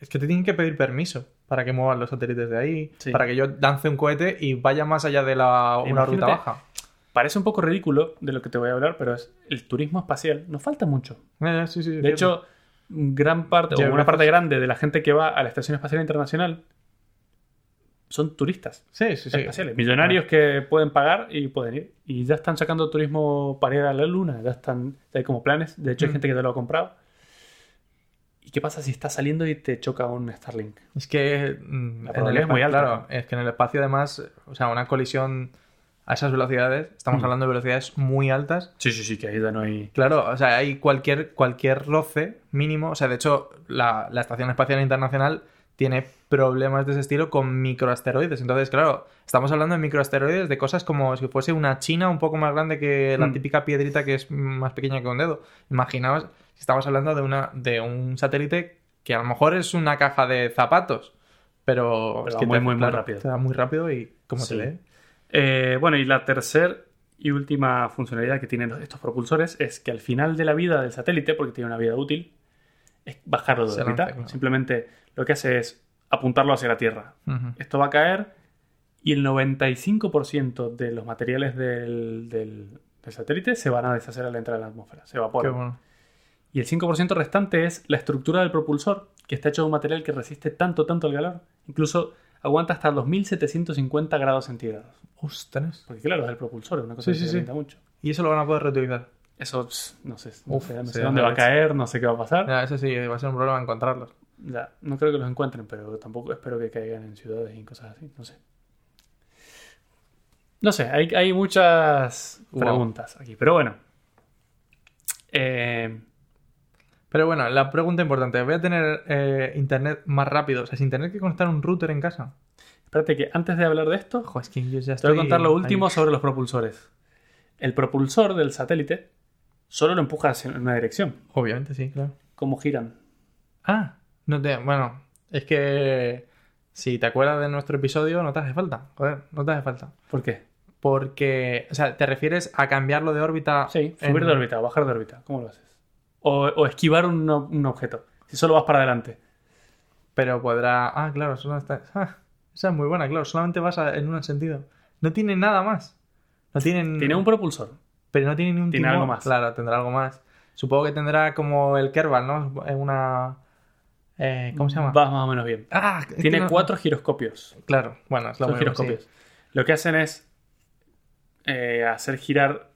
[SPEAKER 2] Es que te tienen que pedir permiso para que muevan los satélites de ahí,
[SPEAKER 1] Sí.
[SPEAKER 2] para que yo lance un cohete y vaya más allá de la, una
[SPEAKER 1] Imagínate.
[SPEAKER 2] órbita baja.
[SPEAKER 1] Parece un poco ridículo de lo que te voy a hablar, pero es el turismo espacial. Nos falta mucho.
[SPEAKER 2] Ah, Ya, ya, sí, sí,
[SPEAKER 1] De hecho, gran parte,
[SPEAKER 2] Ya,
[SPEAKER 1] o una
[SPEAKER 2] gracias.
[SPEAKER 1] parte grande de la gente que va a la Estación Espacial Internacional son turistas.
[SPEAKER 2] sí, sí, sí.
[SPEAKER 1] espaciales. Millonarios que pueden pagar y pueden ir. Y ya están sacando turismo para ir a la luna. Ya están. ya hay como planes. De hecho, hay
[SPEAKER 2] Mm.
[SPEAKER 1] gente que ya lo ha comprado. ¿Y qué pasa si estás saliendo y te choca un Starlink?
[SPEAKER 2] Es que. mm,
[SPEAKER 1] La
[SPEAKER 2] en el
[SPEAKER 1] probabilidad es muy
[SPEAKER 2] espa-
[SPEAKER 1] alta.
[SPEAKER 2] Claro, es que en el espacio, además, o sea, una colisión a esas velocidades, estamos
[SPEAKER 1] Hmm.
[SPEAKER 2] hablando de velocidades muy altas,
[SPEAKER 1] Sí, sí, sí, que ahí ya no hay.
[SPEAKER 2] Claro, o sea, hay cualquier, cualquier roce mínimo. O sea, de hecho, la, la Estación Espacial Internacional tiene problemas de ese estilo con microasteroides. Entonces, claro, estamos hablando de microasteroides, de cosas como si fuese una china un poco más grande que la
[SPEAKER 1] Mm.
[SPEAKER 2] típica piedrita que es más pequeña que un dedo. Imaginaos si estamos hablando de, una, de un satélite que a lo mejor es una caja de zapatos, pero,
[SPEAKER 1] Pero
[SPEAKER 2] es
[SPEAKER 1] va
[SPEAKER 2] que
[SPEAKER 1] muy,
[SPEAKER 2] te-
[SPEAKER 1] muy, muy rápido.
[SPEAKER 2] Te da muy rápido y como
[SPEAKER 1] Sí.
[SPEAKER 2] se lee.
[SPEAKER 1] Eh, bueno, y la tercera y última funcionalidad que tienen estos propulsores es que al final de la vida del satélite, porque tiene una vida útil, es bajarlo de
[SPEAKER 2] Se
[SPEAKER 1] órbita.
[SPEAKER 2] lanza, claro.
[SPEAKER 1] Simplemente lo que hace es apuntarlo hacia la Tierra.
[SPEAKER 2] Ujú.
[SPEAKER 1] Esto va a caer y el 95% de los materiales del, del- del satélite se van a deshacer a la entrada de la atmósfera, se
[SPEAKER 2] Qué
[SPEAKER 1] evaporan.
[SPEAKER 2] bueno.
[SPEAKER 1] Y el 5% restante es la estructura del propulsor, que está hecho de un material que resiste tanto, tanto el calor. Incluso aguanta hasta 2750 grados centígrados.
[SPEAKER 2] Ostras.
[SPEAKER 1] Porque claro, es el propulsor, es una cosa que
[SPEAKER 2] Sí, sí,
[SPEAKER 1] se
[SPEAKER 2] sí.
[SPEAKER 1] calienta mucho.
[SPEAKER 2] Y eso lo van a poder reutilizar.
[SPEAKER 1] Eso, pss, no sé, no
[SPEAKER 2] Uf,
[SPEAKER 1] sé, no sé
[SPEAKER 2] se da
[SPEAKER 1] dónde
[SPEAKER 2] la
[SPEAKER 1] va a
[SPEAKER 2] leche.
[SPEAKER 1] caer, no sé qué va a pasar.
[SPEAKER 2] Ya, eso sí, va a ser un problema encontrarlos.
[SPEAKER 1] Ya, no creo que los encuentren, pero tampoco espero que caigan en ciudades y en cosas así, no sé. No sé, hay, hay muchas
[SPEAKER 2] Wow.
[SPEAKER 1] preguntas aquí, pero bueno. Eh,
[SPEAKER 2] Pero bueno, la pregunta importante, ¿voy a tener eh, internet más rápido? O sea, sin tener que conectar un router en casa.
[SPEAKER 1] espérate que antes de hablar de esto,
[SPEAKER 2] Ojo, es que yo ya
[SPEAKER 1] Te
[SPEAKER 2] estoy...
[SPEAKER 1] voy a contar lo
[SPEAKER 2] ahí.
[SPEAKER 1] último sobre los propulsores. El propulsor del satélite solo lo empuja hacia una dirección.
[SPEAKER 2] Obviamente, sí, claro.
[SPEAKER 1] ¿Cómo giran?
[SPEAKER 2] Ah, no te... Bueno, es que si te acuerdas de nuestro episodio, no te hace falta. Joder, no te hace falta.
[SPEAKER 1] ¿Por qué?
[SPEAKER 2] Porque, o sea, ¿te refieres a cambiarlo de órbita?
[SPEAKER 1] Sí,
[SPEAKER 2] en-
[SPEAKER 1] subir de órbita o bajar de órbita. ¿Cómo lo haces? O, o esquivar un, o- un objeto. Si solo vas para adelante.
[SPEAKER 2] Pero podrá... Ah, claro, solo está... Ah, esa es muy buena, claro. Solamente vas a- en un sentido. No tiene nada más. No tienen...
[SPEAKER 1] Tiene un propulsor.
[SPEAKER 2] Pero no tiene ni un
[SPEAKER 1] Tiene
[SPEAKER 2] timón.
[SPEAKER 1] algo más.
[SPEAKER 2] Claro, tendrá algo más. Supongo que tendrá como el Kerbal, ¿no? Es Una. eh, ¿Cómo se llama?
[SPEAKER 1] Vas más o menos bien.
[SPEAKER 2] Ah, es que
[SPEAKER 1] Tiene
[SPEAKER 2] no-
[SPEAKER 1] cuatro giroscopios.
[SPEAKER 2] Claro, bueno, es lo
[SPEAKER 1] Son
[SPEAKER 2] mismo,
[SPEAKER 1] giroscopios.
[SPEAKER 2] sí.
[SPEAKER 1] Lo que hacen es eh, hacer girar.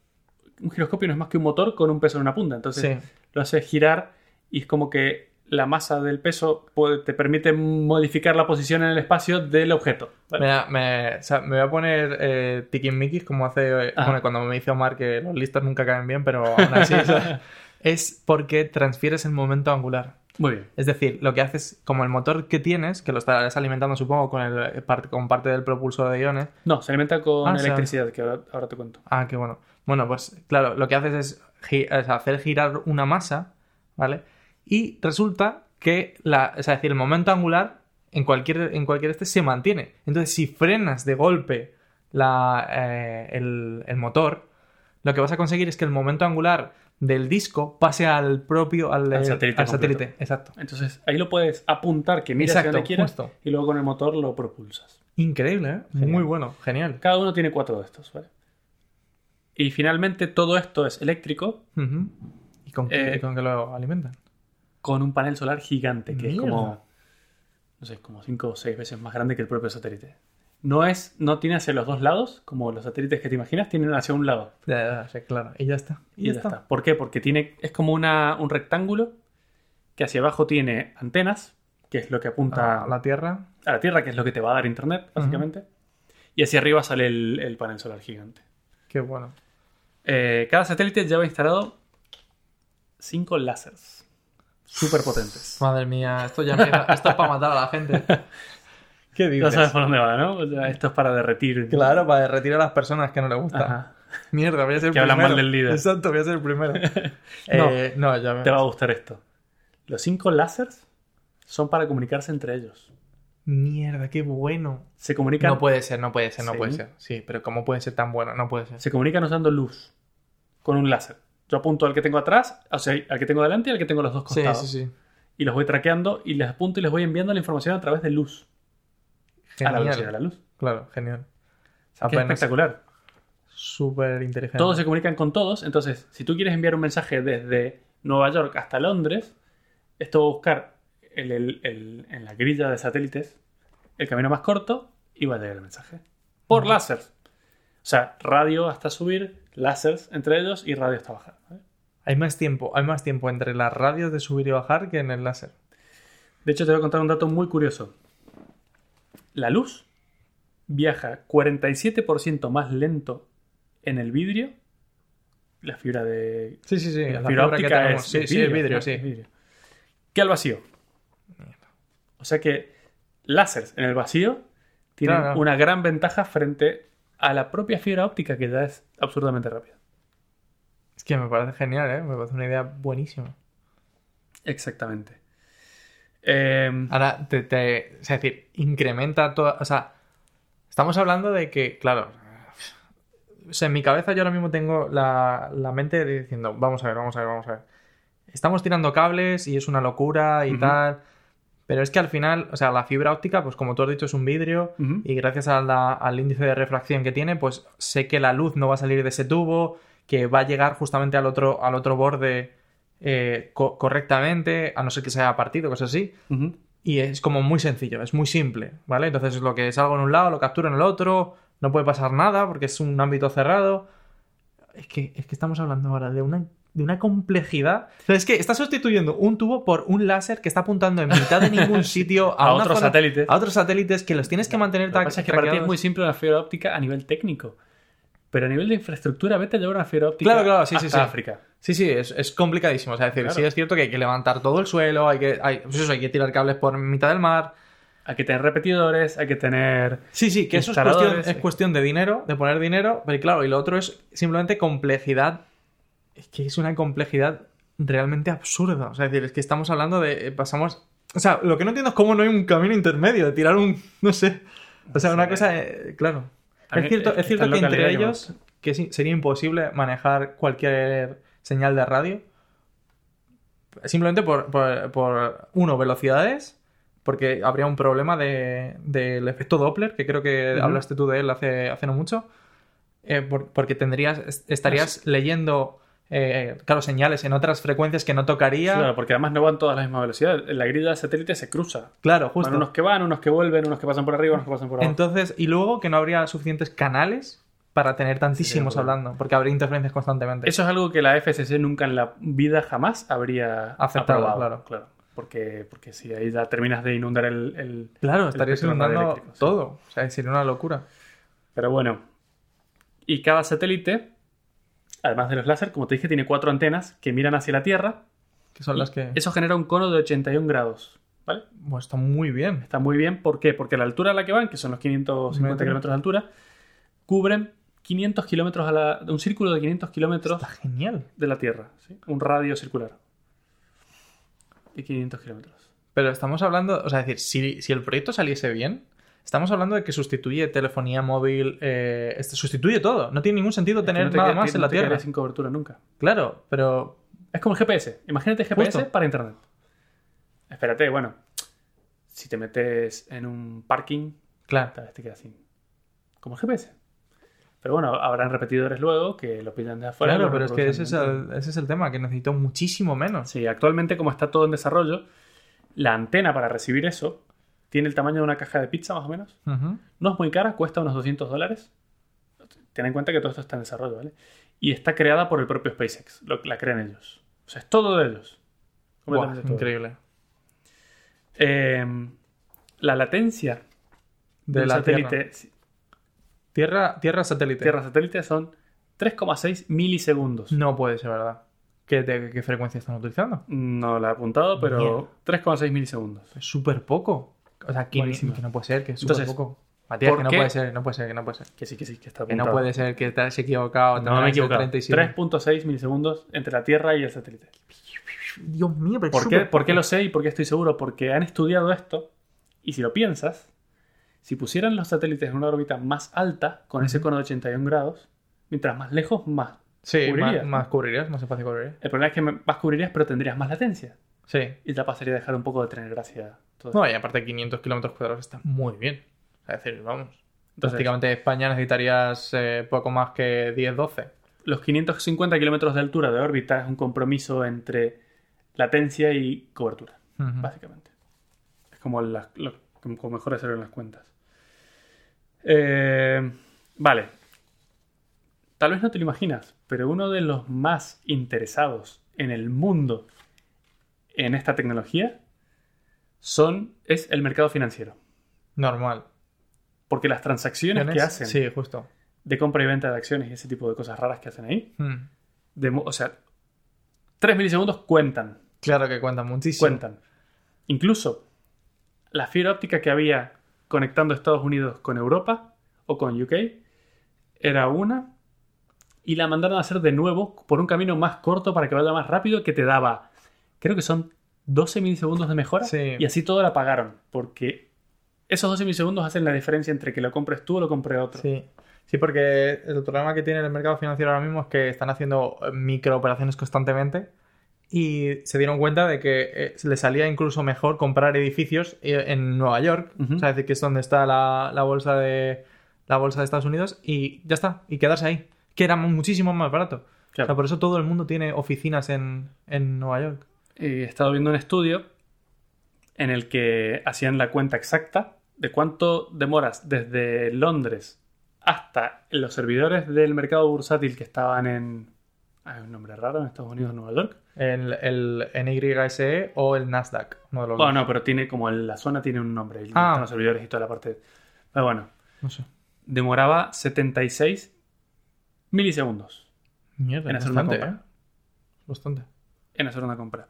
[SPEAKER 1] Un giroscopio no es más que un motor con un peso en una punta. Entonces,
[SPEAKER 2] Sí.
[SPEAKER 1] lo hace girar y es como que la masa del peso puede- te permite modificar la posición en el espacio del objeto. ¿vale?
[SPEAKER 2] Mira, me, o sea, me voy a poner eh, tiquismiquis como hace. eh,
[SPEAKER 1] Ajá.
[SPEAKER 2] Bueno, cuando me dice Omar que los listos nunca caen bien, pero aún así.
[SPEAKER 1] <laughs>
[SPEAKER 2] <laughs> o sea, es porque transfieres el momento angular.
[SPEAKER 1] Muy bien.
[SPEAKER 2] Es decir, lo que haces, como el motor que tienes, que lo estarás alimentando, supongo, con, el, eh, con parte del propulsor de iones,
[SPEAKER 1] No, se alimenta con
[SPEAKER 2] Ah, o sea-
[SPEAKER 1] electricidad, que ahora, ahora te cuento.
[SPEAKER 2] Ah, qué bueno. Bueno, pues claro, lo que haces es, gi- es hacer girar una masa, ¿vale? Y resulta que la, es decir, el momento angular en cualquier, en cualquier este se mantiene. Entonces, si frenas de golpe la, eh, el, el motor, lo que vas a conseguir es que el momento angular del disco pase al propio, al,
[SPEAKER 1] Al
[SPEAKER 2] eh,
[SPEAKER 1] satélite completo.
[SPEAKER 2] satélite. Exacto.
[SPEAKER 1] Entonces, ahí lo puedes apuntar, que mira hacia
[SPEAKER 2] Exacto,
[SPEAKER 1] donde quieras,
[SPEAKER 2] justo.
[SPEAKER 1] y luego con el motor lo propulsas.
[SPEAKER 2] Increíble, ¿eh?
[SPEAKER 1] Genial.
[SPEAKER 2] Muy bueno, genial.
[SPEAKER 1] Cada uno tiene cuatro de estos, ¿vale? Y finalmente todo esto es eléctrico
[SPEAKER 2] Ujú. ¿Y con, qué-
[SPEAKER 1] Eh,
[SPEAKER 2] y con qué lo alimentan?
[SPEAKER 1] con un panel solar gigante, que es
[SPEAKER 2] Mierda.
[SPEAKER 1] como, no sé, como 5 o 6 veces más grande que el propio satélite. No, es, no tiene hacia los dos lados, como los satélites que te imaginas, tienen hacia un lado.
[SPEAKER 2] Ya, ya, ya, claro. Y ya está.
[SPEAKER 1] Y ya está. ¿Por qué? Porque tiene, es como una, un rectángulo que hacia abajo tiene antenas, que es lo que apunta
[SPEAKER 2] A Ah, la Tierra.
[SPEAKER 1] a la Tierra, que es lo que te va a dar Internet, básicamente. Y hacia arriba sale el, el panel solar gigante.
[SPEAKER 2] Qué bueno.
[SPEAKER 1] Eh, cada satélite lleva instalado cinco láseres súper potentes.
[SPEAKER 2] Madre mía, esto ya empieza. Esto es para matar a la gente. <laughs> ¿Qué
[SPEAKER 1] No sabes por dónde va, ¿no? O sea, esto es para derretir.
[SPEAKER 2] Claro, para derretir a las personas que no les gusta.
[SPEAKER 1] Ajá.
[SPEAKER 2] Mierda, voy a ser el
[SPEAKER 1] Que
[SPEAKER 2] primero.
[SPEAKER 1] hablan mal del líder.
[SPEAKER 2] Exacto, voy a ser el <laughs> primero. Eh, no, ya me...
[SPEAKER 1] Te va a gustar esto. Los cinco láseres son para comunicarse entre ellos.
[SPEAKER 2] Mierda, qué bueno.
[SPEAKER 1] Se comunican,
[SPEAKER 2] No puede ser, no puede ser, no
[SPEAKER 1] Sí.
[SPEAKER 2] puede ser. Sí, pero ¿cómo puede ser tan bueno? No puede ser.
[SPEAKER 1] se comunican usando luz con un láser. Yo apunto al que tengo atrás, o sea, al que tengo delante y al que tengo a los dos
[SPEAKER 2] Sí,
[SPEAKER 1] costados.
[SPEAKER 2] sí, sí.
[SPEAKER 1] Y los voy traqueando y les apunto y les voy enviando la información a través de luz. A la velocidad de
[SPEAKER 2] Genial.
[SPEAKER 1] la luz.
[SPEAKER 2] Claro, genial.
[SPEAKER 1] Que es espectacular.
[SPEAKER 2] Súper inteligente.
[SPEAKER 1] Todos se comunican con todos. Entonces, si tú quieres enviar un mensaje desde Nueva York hasta Londres, esto va a buscar el- el- el- en la grilla de satélites el camino más corto y va a llegar el mensaje. Por
[SPEAKER 2] Ujú.
[SPEAKER 1] láser. O sea, radio hasta subir, láseres entre ellos y radio hasta bajar. ¿vale?
[SPEAKER 2] Hay más tiempo, hay más tiempo entre las radios de subir y bajar que en el láser.
[SPEAKER 1] De hecho, te voy a contar un dato muy curioso. La luz viaja 47% más lento en el vidrio, la fibra de...
[SPEAKER 2] Sí, sí, sí.
[SPEAKER 1] la fibra
[SPEAKER 2] la fibra que
[SPEAKER 1] óptica
[SPEAKER 2] tenemos.
[SPEAKER 1] es
[SPEAKER 2] Sí,
[SPEAKER 1] es
[SPEAKER 2] sí, el vidrio,
[SPEAKER 1] ¿no?
[SPEAKER 2] sí.
[SPEAKER 1] Es vidrio. Que al vacío. O sea que láseres en el vacío tienen
[SPEAKER 2] Claro.
[SPEAKER 1] una gran ventaja frente a la propia fibra óptica que ya es absurdamente rápida.
[SPEAKER 2] Es que me parece genial, ¿eh? Me parece una idea buenísima.
[SPEAKER 1] Exactamente. Em,
[SPEAKER 2] Ahora, te, te- o sea, es decir, incrementa toda. O sea, estamos hablando de que, claro. O sea, en mi cabeza yo ahora mismo tengo la, la mente de diciendo, vamos a ver, vamos a ver, vamos a ver. Estamos tirando cables y es una locura y
[SPEAKER 1] Ujú.
[SPEAKER 2] tal. Pero es que al final, o sea, la fibra óptica, pues como tú has dicho, es un vidrio.
[SPEAKER 1] ujú.
[SPEAKER 2] Y gracias a la- al índice de refracción que tiene, pues sé que la luz no va a salir de ese tubo, que va a llegar justamente al otro, al otro borde eh, co- correctamente, a no ser que sea partido, cosas así.
[SPEAKER 1] Ujú.
[SPEAKER 2] Y es como muy sencillo, es muy simple, ¿vale? Entonces lo que salgo en un lado, lo capturo en el otro, no puede pasar nada porque es un ámbito cerrado. Es que, es que estamos hablando ahora de una, de una complejidad. O sea, es que está sustituyendo un tubo por un láser que está apuntando en mitad de ningún sitio a,
[SPEAKER 1] A
[SPEAKER 2] una
[SPEAKER 1] otros
[SPEAKER 2] zona-
[SPEAKER 1] satélites.
[SPEAKER 2] a otros satélites que los tienes que mantener
[SPEAKER 1] Lo que pasa es que para ti es
[SPEAKER 2] traqueados.
[SPEAKER 1] muy simple una fibra óptica a nivel técnico. Pero a nivel de infraestructura, vete a llevar una fibra óptica
[SPEAKER 2] Claro, claro, sí, sí,
[SPEAKER 1] hasta
[SPEAKER 2] sí.
[SPEAKER 1] África.
[SPEAKER 2] Sí, sí, es, es complicadísimo. O sea, es decir,
[SPEAKER 1] Claro.
[SPEAKER 2] sí es cierto que hay que levantar todo el suelo, hay que, hay, pues eso, hay que tirar cables por mitad del mar.
[SPEAKER 1] Hay que tener repetidores, hay que tener.
[SPEAKER 2] Sí, sí, que eso es
[SPEAKER 1] Instaladores,
[SPEAKER 2] cuestión, es
[SPEAKER 1] sí.
[SPEAKER 2] cuestión de dinero, de poner dinero, pero claro, y lo otro es simplemente complejidad. Es que es una complejidad realmente absurda. O sea, es decir, es que estamos hablando de. eh, Pasamos. O sea, lo que no entiendo es cómo no hay un camino intermedio de tirar un. No sé. O sea,
[SPEAKER 1] Sí.
[SPEAKER 2] una cosa. eh, claro.
[SPEAKER 1] A mí
[SPEAKER 2] es cierto,
[SPEAKER 1] eh, es-
[SPEAKER 2] es cierto
[SPEAKER 1] esta
[SPEAKER 2] que entre
[SPEAKER 1] localidad que me
[SPEAKER 2] ellos que sí, sería imposible manejar cualquier señal de radio. Simplemente por, por- por, uno, velocidades, porque habría un problema de- del efecto Doppler, que creo que
[SPEAKER 1] Ujú.
[SPEAKER 2] hablaste tú de él hace, hace no mucho. Eh, por- porque tendrías, est-
[SPEAKER 1] Ah,
[SPEAKER 2] estarías leyendo, eh, claro, señales en otras frecuencias que no tocaría.
[SPEAKER 1] Claro, porque además no van todas a la misma velocidad. La grilla de satélite se cruza.
[SPEAKER 2] Claro, justo.
[SPEAKER 1] Van unos que van, unos que vuelven, unos que pasan por arriba, unos que pasan por abajo.
[SPEAKER 2] Entonces, y luego que no habría suficientes canales para tener tantísimos
[SPEAKER 1] problema.
[SPEAKER 2] hablando, porque habría interferencias constantemente.
[SPEAKER 1] Eso es algo que la FCC nunca en la vida jamás habría
[SPEAKER 2] Aceptado,
[SPEAKER 1] aprobado.
[SPEAKER 2] claro.
[SPEAKER 1] Porque, porque si ahí ya terminas de inundar el- el,
[SPEAKER 2] Claro, estarías
[SPEAKER 1] espectro
[SPEAKER 2] inundando
[SPEAKER 1] radioeléctrico, sí.
[SPEAKER 2] todo. O sea, sería una locura.
[SPEAKER 1] Pero bueno. Y cada satélite, además de los láser, como te dije, tiene cuatro antenas que miran hacia la Tierra.
[SPEAKER 2] Que son las que.
[SPEAKER 1] Eso genera un cono de 81 grados. ¿Vale?
[SPEAKER 2] Bueno, está muy bien.
[SPEAKER 1] Está muy bien. ¿Por qué? Porque la altura a la que van, que son los 550
[SPEAKER 2] Metro.
[SPEAKER 1] kilómetros de altura, cubren 500 kilómetros a la, un círculo de 500 kilómetros
[SPEAKER 2] Está genial.
[SPEAKER 1] de la Tierra. ¿sí? Un radio circular. De 500 kilómetros.
[SPEAKER 2] Pero estamos hablando. O sea, es decir, si, si el proyecto saliese bien, estamos hablando de que sustituye telefonía móvil. eh, este, sustituye todo. No tiene ningún sentido
[SPEAKER 1] Es que
[SPEAKER 2] tener
[SPEAKER 1] no te
[SPEAKER 2] nada
[SPEAKER 1] queda-
[SPEAKER 2] más
[SPEAKER 1] no
[SPEAKER 2] en la
[SPEAKER 1] te quedaría
[SPEAKER 2] Tierra.
[SPEAKER 1] sin cobertura nunca.
[SPEAKER 2] Claro, pero.
[SPEAKER 1] Es como el GPS. Imagínate GPS
[SPEAKER 2] Justo.
[SPEAKER 1] para internet. Espérate, bueno. Si te metes en un parking,
[SPEAKER 2] Claro.
[SPEAKER 1] tal vez te quedas sin. Como el GPS. Pero bueno, habrán repetidores luego que lo pillan de afuera. y
[SPEAKER 2] claro,
[SPEAKER 1] lo
[SPEAKER 2] pero es que ese
[SPEAKER 1] reproducen
[SPEAKER 2] es,
[SPEAKER 1] dentro.
[SPEAKER 2] el, ese es el tema, que necesito muchísimo menos.
[SPEAKER 1] Sí, actualmente, como está todo en desarrollo, la antena para recibir eso tiene el tamaño de una caja de pizza, más o menos.
[SPEAKER 2] Ujú.
[SPEAKER 1] No es muy cara, cuesta unos 200 dólares. Ten en cuenta que todo esto está en desarrollo, ¿vale? Y está creada por el propio SpaceX, lo- la crean ellos. O sea, es todo de ellos.
[SPEAKER 2] Buah,
[SPEAKER 1] Completamente todo.
[SPEAKER 2] increíble.
[SPEAKER 1] Eh, la latencia
[SPEAKER 2] De
[SPEAKER 1] del
[SPEAKER 2] la
[SPEAKER 1] satélite
[SPEAKER 2] Tierra.
[SPEAKER 1] sí,
[SPEAKER 2] Tierra. Tierra satélite.
[SPEAKER 1] Tierra-satélite son 3,6 milisegundos.
[SPEAKER 2] No puede ser, ¿verdad? ¿Qué, de- qué frecuencia están utilizando?
[SPEAKER 1] No la he apuntado, pero 3,6 milisegundos.
[SPEAKER 2] Es Pues súper poco. O sea, que,
[SPEAKER 1] Buenísimo.
[SPEAKER 2] que no puede ser, que es súper
[SPEAKER 1] Entonces,
[SPEAKER 2] poco. Matías,
[SPEAKER 1] ¿por
[SPEAKER 2] que no
[SPEAKER 1] qué?
[SPEAKER 2] puede ser, no puede ser, que no puede ser.
[SPEAKER 1] Que sí, que sí, que está
[SPEAKER 2] Que no
[SPEAKER 1] apuntado.
[SPEAKER 2] puede ser, que te has equivocado. te
[SPEAKER 1] No me he
[SPEAKER 2] has hecho
[SPEAKER 1] equivocado.
[SPEAKER 2] 37.
[SPEAKER 1] 3,6 milisegundos entre la Tierra y el satélite.
[SPEAKER 2] Dios mío, pero es
[SPEAKER 1] ¿Por qué,
[SPEAKER 2] súper
[SPEAKER 1] ¿Por qué
[SPEAKER 2] poco.
[SPEAKER 1] lo sé y por qué estoy seguro? Porque han estudiado esto y si lo piensas, si pusieran los satélites en una órbita más alta, con ese cono de 81 grados, mientras más lejos, más.
[SPEAKER 2] Sí,
[SPEAKER 1] cubrirías,
[SPEAKER 2] más,
[SPEAKER 1] ¿no?
[SPEAKER 2] más cubrirías, más espacio cubrirías.
[SPEAKER 1] El problema es que más cubrirías, pero tendrías más latencia.
[SPEAKER 2] Sí.
[SPEAKER 1] Y te pasaría a dejar un poco de tener gracia. todo esto.
[SPEAKER 2] No, y aparte 500 kilómetros cuadrados está muy bien. Es decir, vamos.
[SPEAKER 1] Entonces,
[SPEAKER 2] prácticamente España necesitarías eh, poco más que 10, 12.
[SPEAKER 1] los 550 kilómetros de altura de órbita es un compromiso entre latencia y cobertura.
[SPEAKER 2] Ujú.
[SPEAKER 1] básicamente. Es como, las- lo, como mejor hacerlo en las cuentas. Eh, vale. Tal vez no te lo imaginas, pero uno de los más interesados en el mundo en esta tecnología son, es el mercado financiero.
[SPEAKER 2] Normal.
[SPEAKER 1] Porque las transacciones que hacen
[SPEAKER 2] Sí, justo.
[SPEAKER 1] de compra y venta de acciones y ese tipo de cosas raras que hacen ahí,
[SPEAKER 2] Mm.
[SPEAKER 1] de mo- o sea, 3 milisegundos cuentan.
[SPEAKER 2] Claro que cuenta muchísimo.
[SPEAKER 1] cuentan. Incluso la fibra óptica que había conectando Estados Unidos con Europa o con UK era una y la mandaron a hacer de nuevo por un camino más corto para que vaya más rápido que te daba, creo que son 12 milisegundos de mejora
[SPEAKER 2] Sí.
[SPEAKER 1] y así todo la pagaron porque esos 12 milisegundos hacen la diferencia entre que lo compres tú o lo compre otro.
[SPEAKER 2] Sí. Sí, porque el problema que tiene el mercado financiero ahora mismo es que están haciendo eh, microoperaciones constantemente y se dieron cuenta de que eh, le salía incluso mejor comprar edificios eh, en Nueva York,
[SPEAKER 1] Ujú.
[SPEAKER 2] o sea, es decir, que es donde está la, la bolsa de la bolsa de Estados Unidos y ya está, y quedarse ahí, que era muchísimo más barato. O
[SPEAKER 1] Claro.
[SPEAKER 2] sea, por eso todo el mundo tiene oficinas en, en Nueva York.
[SPEAKER 1] he estado eh, viendo un estudio en el que hacían la cuenta exacta de cuánto demoras desde Londres hasta los servidores del mercado bursátil que estaban en... Hay un nombre raro en Estados Unidos, Nueva York.
[SPEAKER 2] El, el NYSE E o el Nasdaq, uno de los
[SPEAKER 1] Bueno, no, pero tiene como la zona tiene un nombre. y
[SPEAKER 2] Ah.
[SPEAKER 1] Están los servidores y toda la parte. Pero bueno,
[SPEAKER 2] dos. No sé.
[SPEAKER 1] demoraba 76 milisegundos
[SPEAKER 2] Mierda,
[SPEAKER 1] En hacer una
[SPEAKER 2] bastante,
[SPEAKER 1] compra.
[SPEAKER 2] ¿eh? Bastante.
[SPEAKER 1] en hacer una compra.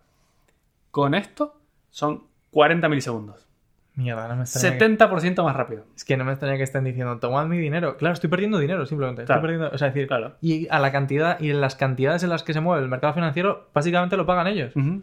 [SPEAKER 1] Con esto son 40 milisegundos.
[SPEAKER 2] Mierda, no me extraña que-
[SPEAKER 1] 70% más rápido.
[SPEAKER 2] Es que no me extraña que estén diciendo, tomad mi dinero. Claro, estoy perdiendo dinero simplemente.
[SPEAKER 1] Claro.
[SPEAKER 2] Estoy perdiendo, o sea, es decir,
[SPEAKER 1] Claro.
[SPEAKER 2] y a la cantidad y en las cantidades en las que se mueve el mercado financiero, básicamente lo pagan ellos.
[SPEAKER 1] Ujú.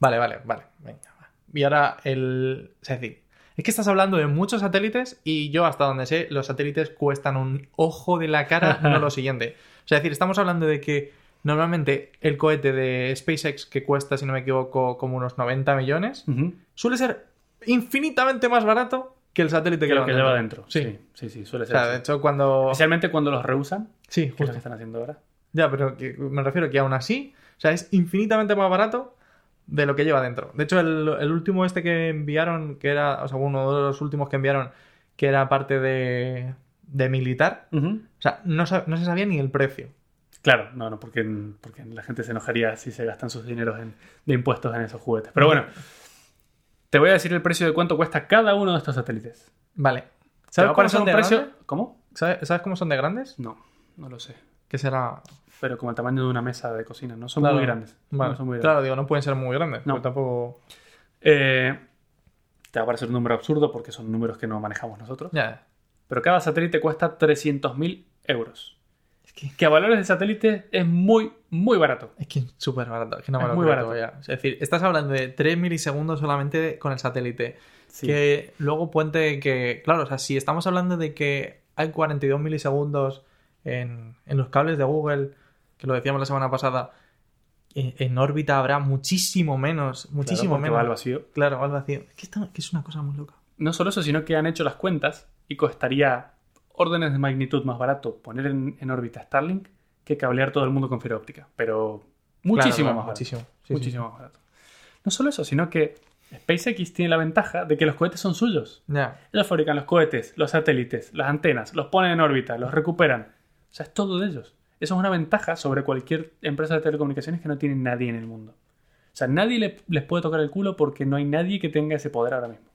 [SPEAKER 2] Vale, vale, vale. Venga, va. Y ahora el, o sea, es decir, es que estás hablando de muchos satélites y yo hasta donde sé, los satélites cuestan un ojo de la cara, no
[SPEAKER 1] <laughs>
[SPEAKER 2] lo siguiente. O sea, es decir, estamos hablando de que normalmente el cohete de SpaceX que cuesta, si no me equivoco, como unos 90 millones,
[SPEAKER 1] Ujú.
[SPEAKER 2] suele ser infinitamente más barato que el satélite
[SPEAKER 1] que lo
[SPEAKER 2] van
[SPEAKER 1] que
[SPEAKER 2] dentro.
[SPEAKER 1] lleva dentro.
[SPEAKER 2] Sí.
[SPEAKER 1] sí, sí, sí, suele
[SPEAKER 2] O
[SPEAKER 1] ser.
[SPEAKER 2] sea, de
[SPEAKER 1] así.
[SPEAKER 2] hecho, cuando.
[SPEAKER 1] Especialmente cuando los reusan,
[SPEAKER 2] Sí,
[SPEAKER 1] que es lo que
[SPEAKER 2] justo.
[SPEAKER 1] están haciendo ahora.
[SPEAKER 2] Ya, pero que- me refiero que aún así, o sea, es infinitamente más barato de lo que lleva dentro. De hecho, el, el último este que enviaron, que era, o sea, uno de los últimos que enviaron, que era parte de, de militar, o sea, no, sa- no se sabía ni el precio.
[SPEAKER 1] Claro, no, no, porque, porque la gente se enojaría si se gastan sus dineros en- de impuestos en esos juguetes. Pero bueno, te voy a decir el precio de cuánto cuesta cada uno de estos satélites.
[SPEAKER 2] Vale.
[SPEAKER 1] ¿Te va
[SPEAKER 2] ¿Sabes
[SPEAKER 1] a
[SPEAKER 2] cómo
[SPEAKER 1] parecer
[SPEAKER 2] son
[SPEAKER 1] un
[SPEAKER 2] de
[SPEAKER 1] precio?
[SPEAKER 2] grandes?
[SPEAKER 1] ¿Cómo?
[SPEAKER 2] ¿Sabes, sabes cómo son de grandes?
[SPEAKER 1] No, no lo sé.
[SPEAKER 2] Que será.
[SPEAKER 1] Pero como el tamaño de una mesa de cocina, no son
[SPEAKER 2] Claro.
[SPEAKER 1] muy grandes.
[SPEAKER 2] Vale.
[SPEAKER 1] No son muy grandes.
[SPEAKER 2] Claro, digo, no pueden ser muy grandes.
[SPEAKER 1] No.
[SPEAKER 2] porque tampoco.
[SPEAKER 1] Eh, te va a parecer un número absurdo porque son números que no manejamos nosotros.
[SPEAKER 2] Ya.
[SPEAKER 1] Pero cada satélite cuesta 300.000 euros.
[SPEAKER 2] Es que.
[SPEAKER 1] Que a valores de satélite es muy, muy barato.
[SPEAKER 2] Es que es súper barato, es que no me
[SPEAKER 1] Es
[SPEAKER 2] lo
[SPEAKER 1] muy
[SPEAKER 2] creo
[SPEAKER 1] barato.
[SPEAKER 2] todavía. Es decir, estás hablando de 3 milisegundos solamente con el satélite.
[SPEAKER 1] Sí.
[SPEAKER 2] Que luego puente que. Claro, o sea, si estamos hablando de que hay 42 milisegundos en, en los cables de Google, que lo decíamos la semana pasada, en, en órbita habrá muchísimo menos. Muchísimo
[SPEAKER 1] Claro, porque va al
[SPEAKER 2] menos.
[SPEAKER 1] vacío.
[SPEAKER 2] Claro, va al vacío. Es que, esto- que es una cosa muy loca.
[SPEAKER 1] No solo eso, sino que han hecho las cuentas y costaría órdenes de magnitud más barato poner en, en órbita Starlink que cablear todo el mundo con fibra óptica. Pero muchísimo
[SPEAKER 2] Claro,
[SPEAKER 1] más barato.
[SPEAKER 2] Muchísimo. sí, sí.
[SPEAKER 1] muchísimo más barato. No solo eso, sino que SpaceX tiene la ventaja de que los cohetes son suyos.
[SPEAKER 2] Ya.
[SPEAKER 1] Ellos fabrican los cohetes, los satélites, las antenas, los ponen en órbita, los recuperan. O sea, es todo de ellos. Eso es una ventaja sobre cualquier empresa de telecomunicaciones que no tiene nadie en el mundo. O sea, nadie le- les puede tocar el culo porque no hay nadie que tenga ese poder ahora mismo.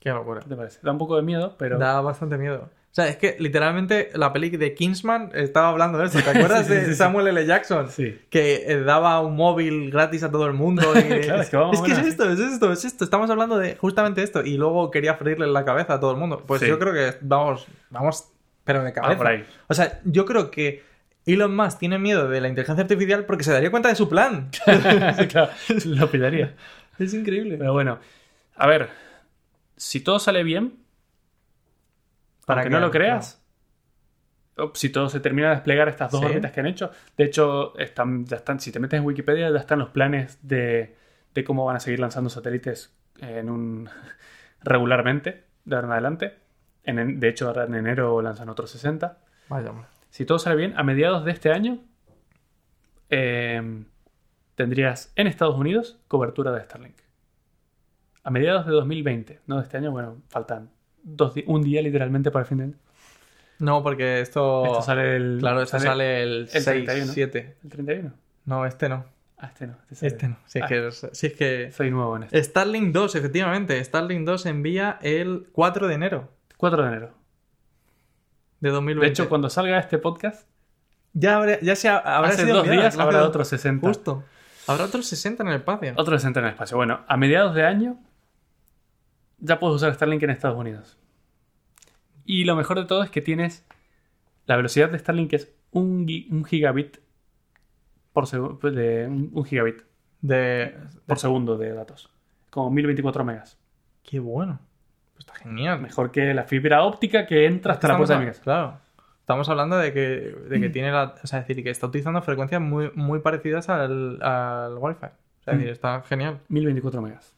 [SPEAKER 2] Qué locura.
[SPEAKER 1] ¿Qué te parece? Da un poco de miedo, pero.
[SPEAKER 2] Da bastante miedo. O sea, es que literalmente la peli de Kingsman estaba hablando de eso.
[SPEAKER 1] <laughs>
[SPEAKER 2] ¿Te acuerdas
[SPEAKER 1] Sí, sí,
[SPEAKER 2] de
[SPEAKER 1] sí, sí.
[SPEAKER 2] Samuel L. Jackson?
[SPEAKER 1] Sí.
[SPEAKER 2] que eh, daba un móvil gratis a todo el mundo.
[SPEAKER 1] <laughs>
[SPEAKER 2] y-
[SPEAKER 1] Claro, es que vamos
[SPEAKER 2] es
[SPEAKER 1] a ver,
[SPEAKER 2] esto, es esto, es esto. Estamos hablando de justamente esto. Y luego quería freírle la cabeza a todo el mundo. Pues
[SPEAKER 1] Sí.
[SPEAKER 2] yo creo que vamos, vamos, pero de cabeza.
[SPEAKER 1] Ah, por ahí. <laughs>
[SPEAKER 2] O sea, yo creo que Elon Musk tiene miedo de la inteligencia artificial porque se daría cuenta de
[SPEAKER 1] <laughs>
[SPEAKER 2] su plan.
[SPEAKER 1] claro, lo pillaría.
[SPEAKER 2] es increíble.
[SPEAKER 1] Pero bueno, a ver, si todo sale bien, para
[SPEAKER 2] Para
[SPEAKER 1] que
[SPEAKER 2] que-
[SPEAKER 1] no lo creas, o si todo se termina de desplegar estas dos
[SPEAKER 2] Sí.
[SPEAKER 1] órbitas que han hecho, de hecho, están, ya están, si te metes en Wikipedia, ya están los planes de, de cómo van a seguir lanzando satélites en un <laughs> regularmente de ahora en adelante. En- en- de hecho, ahora en enero lanzan otros 60.
[SPEAKER 2] Vaya, hombre.
[SPEAKER 1] Si todo sale bien, a mediados de este año eh, tendrías en Estados Unidos cobertura de Starlink. A mediados de 2020, no de este año, bueno, faltan dos di- un día literalmente para el fin de año.
[SPEAKER 2] No, porque esto.
[SPEAKER 1] Esto sale el,
[SPEAKER 2] Oh, claro, esto sale, el, 6,
[SPEAKER 1] 31.
[SPEAKER 2] 7.
[SPEAKER 1] el 31.
[SPEAKER 2] No, este no.
[SPEAKER 1] Ah, este no. Este, sale.
[SPEAKER 2] Este no. Si es
[SPEAKER 1] Ah.
[SPEAKER 2] que. Si es que...
[SPEAKER 1] Soy nuevo en este.
[SPEAKER 2] Starlink 2, efectivamente. Starlink 2 se envía el 4 de enero
[SPEAKER 1] 4 de enero.
[SPEAKER 2] de 2020.
[SPEAKER 1] De hecho, cuando salga este podcast,
[SPEAKER 2] Ya, habrá- ya se ha- habrá
[SPEAKER 1] hace
[SPEAKER 2] sido
[SPEAKER 1] dos
[SPEAKER 2] enviada,
[SPEAKER 1] días
[SPEAKER 2] claro,
[SPEAKER 1] habrá otros 60.
[SPEAKER 2] Justo. Habrá otros 60 en el espacio.
[SPEAKER 1] Otro 60 en el espacio. Bueno, a mediados de año ya puedes usar Starlink en Estados Unidos. Y lo mejor de todo es que tienes la velocidad de Starlink es un, gi- un gigabit por segu- de- un gigabit
[SPEAKER 2] De,
[SPEAKER 1] por segundo de datos. Como 1024 megas.
[SPEAKER 2] Qué bueno. Pues está genial.
[SPEAKER 1] Mejor que la fibra óptica que entra hasta la
[SPEAKER 2] Estamos
[SPEAKER 1] puerta de
[SPEAKER 2] a-
[SPEAKER 1] mi casa.
[SPEAKER 2] Claro. Estamos hablando de que,
[SPEAKER 1] <clears throat>
[SPEAKER 2] de que tiene la. O sea, es decir, que está utilizando frecuencias muy, muy parecidas al, al Wi-Fi. O sea, es
[SPEAKER 1] Mm.
[SPEAKER 2] decir, está genial.
[SPEAKER 1] 1024 megas.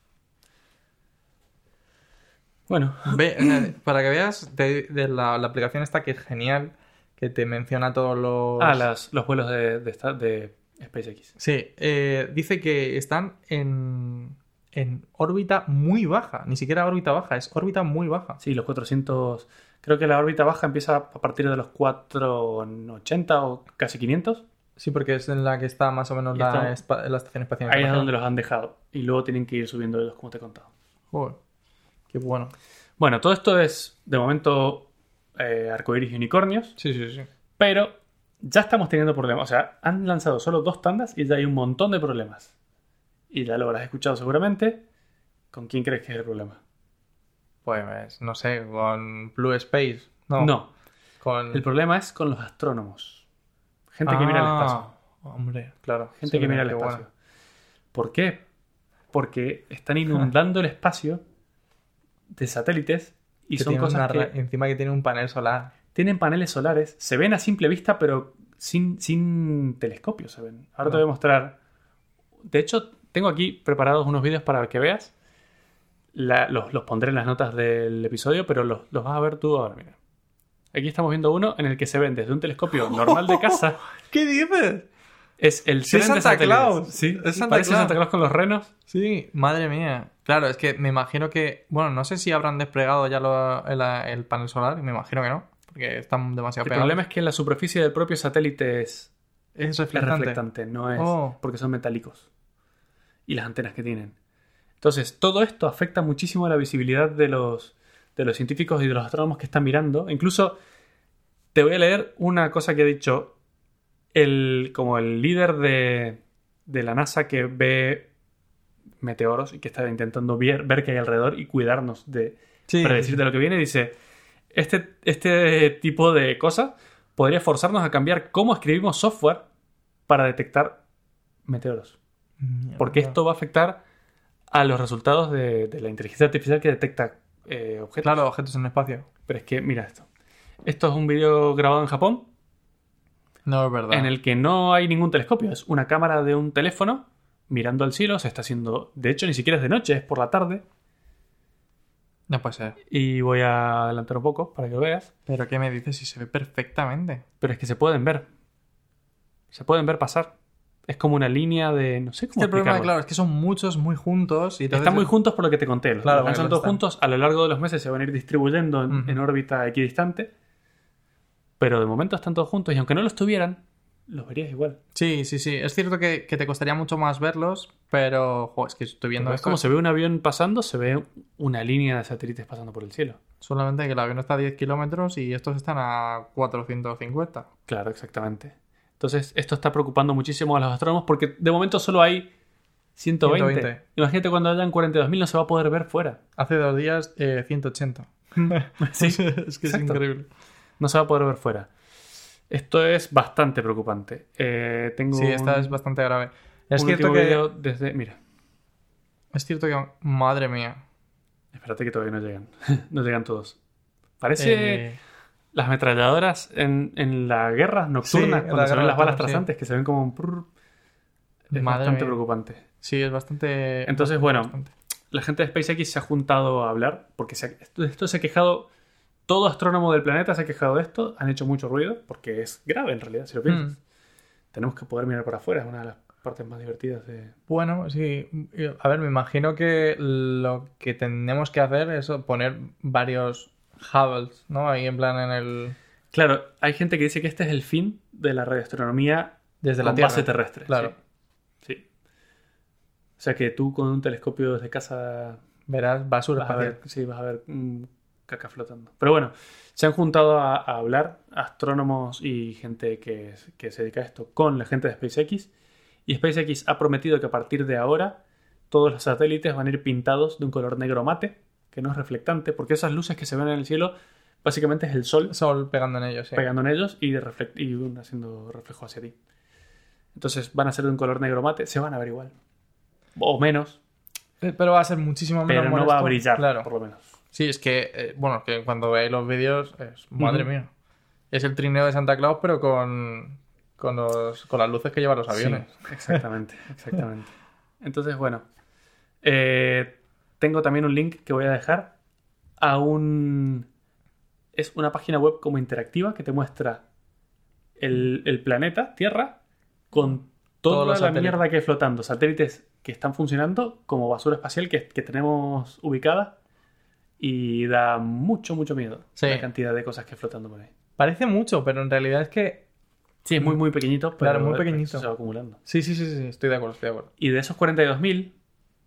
[SPEAKER 1] Bueno,
[SPEAKER 2] Ve, eh, para que veas, de, de la, la aplicación esta que es genial, que te menciona todos los.
[SPEAKER 1] ah, las- los vuelos de, de, esta- de SpaceX.
[SPEAKER 2] Sí, eh, dice que están en, en órbita muy baja. Ni siquiera órbita baja, es órbita muy baja.
[SPEAKER 1] Sí, los 400. Creo que la órbita baja empieza a partir de los 480 o casi 500.
[SPEAKER 2] Sí, porque es en la que está más o menos
[SPEAKER 1] Y
[SPEAKER 2] la,
[SPEAKER 1] esto-
[SPEAKER 2] espa- la estación espacial.
[SPEAKER 1] Ahí es
[SPEAKER 2] internacional.
[SPEAKER 1] donde los han dejado. Y luego tienen que ir subiendo ellos, como te he contado.
[SPEAKER 2] Joder, qué bueno.
[SPEAKER 1] Bueno, todo esto es de momento eh, arcoíris y unicornios.
[SPEAKER 2] Sí, sí, sí.
[SPEAKER 1] Pero ya estamos teniendo problemas. O sea, han lanzado solo dos tandas y ya hay un montón de problemas. Y ya lo habrás escuchado seguramente. ¿Con quién crees que es el problema?
[SPEAKER 2] Pues no sé, con Blue Space. No,
[SPEAKER 1] No.
[SPEAKER 2] con
[SPEAKER 1] El problema es con los astrónomos. Gente que mira el
[SPEAKER 2] Ah,
[SPEAKER 1] espacio.
[SPEAKER 2] Hombre, claro.
[SPEAKER 1] Gente que mira el
[SPEAKER 2] seguramente,
[SPEAKER 1] espacio.
[SPEAKER 2] bueno.
[SPEAKER 1] ¿Por qué? Porque están inundando el espacio de satélites y
[SPEAKER 2] Que
[SPEAKER 1] son
[SPEAKER 2] tiene una
[SPEAKER 1] cosas
[SPEAKER 2] ra-
[SPEAKER 1] que
[SPEAKER 2] Encima que tiene un panel solar.
[SPEAKER 1] tienen paneles solares, se ven a simple vista, pero sin, sin telescopio se ven. Ahora te
[SPEAKER 2] Ah.
[SPEAKER 1] voy a mostrar. De hecho, tengo aquí preparados unos vídeos para que veas. La- los, los pondré en las notas del episodio, pero los, los vas a ver tú ahora, mira. Aquí estamos viendo uno en el que se ven desde un telescopio normal
[SPEAKER 2] <laughs>
[SPEAKER 1] de casa.
[SPEAKER 2] ¿Qué dices?
[SPEAKER 1] Es el
[SPEAKER 2] Sí,
[SPEAKER 1] tren
[SPEAKER 2] es
[SPEAKER 1] de
[SPEAKER 2] Santa
[SPEAKER 1] satélites.
[SPEAKER 2] Claus.
[SPEAKER 1] Sí,
[SPEAKER 2] Es Santa
[SPEAKER 1] parece
[SPEAKER 2] Claus.
[SPEAKER 1] Santa Claus con los renos.
[SPEAKER 2] Sí, madre mía. Claro, es que me imagino que. Bueno, no sé si habrán desplegado ya lo- el, el panel solar, me imagino que no, porque están demasiado
[SPEAKER 1] El
[SPEAKER 2] pegados.
[SPEAKER 1] problema es que la superficie del propio satélite es,
[SPEAKER 2] es
[SPEAKER 1] es
[SPEAKER 2] reflectante.
[SPEAKER 1] reflectante, no es
[SPEAKER 2] Oh.
[SPEAKER 1] porque son metálicos. Y las antenas que tienen. Entonces, todo esto afecta muchísimo a la visibilidad de los, de los científicos y de los astrónomos que están mirando. Incluso te voy a leer una cosa que ha dicho el, como el líder de, de la NASA que ve meteoros y que está intentando ver, ver qué hay alrededor y cuidarnos de,
[SPEAKER 2] Sí,
[SPEAKER 1] predecir de lo que viene, dice, este, este tipo de cosas podría forzarnos a cambiar cómo escribimos software para detectar meteoros.
[SPEAKER 2] Mierda.
[SPEAKER 1] Porque esto va a afectar a los resultados de, de la inteligencia artificial que detecta eh, objetos.
[SPEAKER 2] Claro, objetos en el espacio.
[SPEAKER 1] Pero es que, mira esto. Esto es un vídeo grabado en Japón
[SPEAKER 2] No es verdad.
[SPEAKER 1] en el que no hay ningún telescopio. Es una cámara de un teléfono mirando al cielo. Se está haciendo... De hecho, ni siquiera es de noche, es por la tarde.
[SPEAKER 2] No puede ser.
[SPEAKER 1] Y voy a adelantar un poco para que lo veas.
[SPEAKER 2] Pero ¿qué me dices si se ve perfectamente?
[SPEAKER 1] Pero es que se pueden ver. Se pueden ver pasar. Es como una línea de. No sé
[SPEAKER 2] Es que
[SPEAKER 1] cómo.
[SPEAKER 2] el Este problema,
[SPEAKER 1] explicarlo.
[SPEAKER 2] claro, es que son muchos muy juntos y entonces-
[SPEAKER 1] Están muy juntos por lo que te conté. Los
[SPEAKER 2] Claro,
[SPEAKER 1] los lanzan
[SPEAKER 2] bueno,
[SPEAKER 1] todos
[SPEAKER 2] están.
[SPEAKER 1] juntos. A lo largo de los meses se van a ir distribuyendo en,
[SPEAKER 2] Ujú.
[SPEAKER 1] en órbita equidistante. Pero de momento están todos juntos. Y aunque no los tuvieran, los verías igual.
[SPEAKER 2] Sí, sí, sí. Es cierto que, que te costaría mucho más verlos, pero jo, es que estoy viendo
[SPEAKER 1] es
[SPEAKER 2] esto,
[SPEAKER 1] como se ve un avión pasando, se ve una línea de satélites pasando por el cielo.
[SPEAKER 2] solamente que el avión está a 10 kilómetros y estos están a 450.
[SPEAKER 1] Claro, exactamente. Entonces, esto está preocupando muchísimo a los astrónomos porque de momento solo hay 120.
[SPEAKER 2] 120.
[SPEAKER 1] Imagínate cuando hayan 42.000 no se va a poder ver fuera.
[SPEAKER 2] Hace dos días, eh, 180.
[SPEAKER 1] <laughs> Sí,
[SPEAKER 2] es que es
[SPEAKER 1] exacto.
[SPEAKER 2] increíble.
[SPEAKER 1] No se va a poder ver fuera. Esto es bastante preocupante. Eh, tengo
[SPEAKER 2] Sí, esta
[SPEAKER 1] un-
[SPEAKER 2] es bastante grave.
[SPEAKER 1] un
[SPEAKER 2] Es cierto
[SPEAKER 1] último
[SPEAKER 2] que...
[SPEAKER 1] video desde... Mira,
[SPEAKER 2] Es cierto que... Madre mía.
[SPEAKER 1] espérate que todavía no llegan. <laughs> no llegan todos. Parece
[SPEAKER 2] Eh,
[SPEAKER 1] las ametralladoras en, en la guerra
[SPEAKER 2] Sí, en
[SPEAKER 1] nocturna,
[SPEAKER 2] la
[SPEAKER 1] cuando se
[SPEAKER 2] guerra
[SPEAKER 1] ven las balas
[SPEAKER 2] nocturna, sí.
[SPEAKER 1] trasantes, que se ven como un... prrr. Es
[SPEAKER 2] Madre
[SPEAKER 1] bastante
[SPEAKER 2] mía.
[SPEAKER 1] preocupante.
[SPEAKER 2] Sí, es bastante...
[SPEAKER 1] Entonces, bueno,
[SPEAKER 2] bastante.
[SPEAKER 1] la gente de SpaceX se ha juntado a hablar, porque se ha- esto, esto se ha quejado... Todo astrónomo del planeta se ha quejado de esto, han hecho mucho ruido, porque es grave en realidad, si lo piensas.
[SPEAKER 2] Mm.
[SPEAKER 1] Tenemos que poder mirar para afuera, es una de las partes más divertidas de...
[SPEAKER 2] Bueno, sí. A ver, me imagino que lo que tenemos que hacer es poner varios Hubbles, ¿no? Ahí en plan en el...
[SPEAKER 1] Claro, hay gente que dice que este es el fin de la radioastronomía
[SPEAKER 2] Desde la
[SPEAKER 1] con
[SPEAKER 2] Tierra.
[SPEAKER 1] base terrestre.
[SPEAKER 2] Claro.
[SPEAKER 1] Sí. Sí. O sea que tú con un telescopio desde casa
[SPEAKER 2] Verás basura
[SPEAKER 1] vas a
[SPEAKER 2] espacial.
[SPEAKER 1] ver, sí, vas a ver mm, caca flotando. Pero bueno, se han juntado a, a hablar astrónomos y gente que, que se dedica a esto con la gente de SpaceX. Y SpaceX ha prometido que a partir de ahora todos los satélites van a ir pintados de un color negro mate, que que no es reflectante, porque esas luces que se ven en el cielo básicamente es el sol
[SPEAKER 2] Sol pegando en ellos, sí.
[SPEAKER 1] pegando en ellos y, reflec- y haciendo reflejo hacia ti. Entonces van a ser de un color negro mate, se van a ver igual. O menos,
[SPEAKER 2] Eh, Pero va a ser muchísimo menos
[SPEAKER 1] pero no va a
[SPEAKER 2] molesto.
[SPEAKER 1] brillar,
[SPEAKER 2] Claro.
[SPEAKER 1] por lo menos.
[SPEAKER 2] Sí, es que, eh, bueno, que cuando veáis los vídeos, es- madre
[SPEAKER 1] Ujú.
[SPEAKER 2] mía. Es el trineo de Santa Claus, pero con, con, los- con las luces que llevan los aviones.
[SPEAKER 1] Sí, exactamente, exactamente. Entonces, bueno, eh, tengo también un link que voy a dejar a un... Es una página web como interactiva que te muestra el, el planeta Tierra con
[SPEAKER 2] Todos
[SPEAKER 1] toda
[SPEAKER 2] los
[SPEAKER 1] la
[SPEAKER 2] satélites.
[SPEAKER 1] mierda que hay flotando, satélites que están funcionando como basura espacial que, que tenemos ubicada y da mucho, mucho miedo
[SPEAKER 2] Sí.
[SPEAKER 1] la cantidad de cosas que flotando por ahí.
[SPEAKER 2] Parece mucho, pero en realidad es que.
[SPEAKER 1] Sí, es muy, muy pequeñito, pero
[SPEAKER 2] Claro, muy
[SPEAKER 1] después
[SPEAKER 2] pequeñito.
[SPEAKER 1] se va acumulando.
[SPEAKER 2] Sí, sí, sí, sí, estoy de acuerdo, estoy de acuerdo.
[SPEAKER 1] Y de esos 42.000,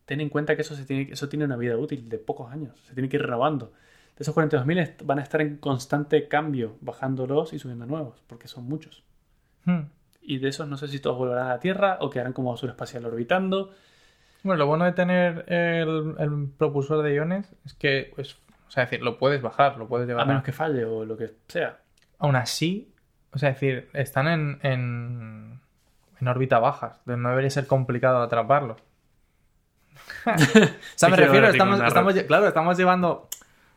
[SPEAKER 1] ten en cuenta que eso, se tiene, eso tiene una vida útil de pocos años, se tiene que ir renovando. De esos 42.000 est- van a estar en constante cambio, bajándolos y subiendo nuevos, porque son muchos.
[SPEAKER 2] Hmm.
[SPEAKER 1] Y de esos no sé si todos volverán a la Tierra o quedarán como basura espacial orbitando.
[SPEAKER 2] Bueno, lo bueno de tener el, el propulsor de iones es que, pues, o sea, es decir, lo puedes bajar, lo puedes llevar.
[SPEAKER 1] A menos que falle o lo que sea.
[SPEAKER 2] Aún así, o sea, es decir, están en, en, en órbita bajas. entonces No debería ser
[SPEAKER 1] <laughs>
[SPEAKER 2] complicado atraparlos. o sea, me
[SPEAKER 1] quiero ahora
[SPEAKER 2] refiero,
[SPEAKER 1] tengo
[SPEAKER 2] estamos,
[SPEAKER 1] una
[SPEAKER 2] estamos lle- claro, estamos llevando.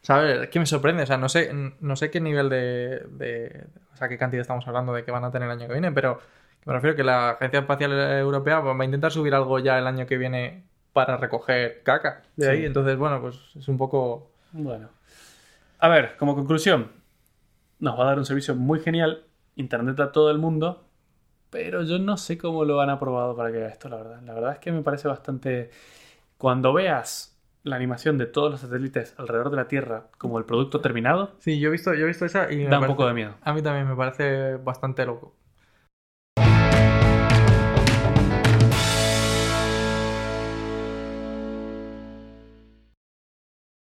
[SPEAKER 2] ¿Sabes? Es que me sorprende. O sea, no sé, no sé qué nivel de, de- O sea, qué cantidad estamos hablando de que van a tener el año que viene, pero me refiero que la Agencia Espacial Europea va a intentar subir algo ya el año que viene para recoger caca de
[SPEAKER 1] Sí.
[SPEAKER 2] ahí. Entonces, bueno, pues es un poco.
[SPEAKER 1] Bueno. A ver, como conclusión, nos va a dar un servicio muy genial, internet a todo el mundo, pero yo no sé cómo lo han aprobado para que haga esto, la verdad. La verdad es que me parece bastante... Cuando veas la animación de todos los satélites alrededor de la Tierra como el producto terminado,
[SPEAKER 2] Sí, yo he visto, yo he visto esa y me
[SPEAKER 1] da un
[SPEAKER 2] parece-
[SPEAKER 1] poco de miedo.
[SPEAKER 2] A mí también me parece bastante loco.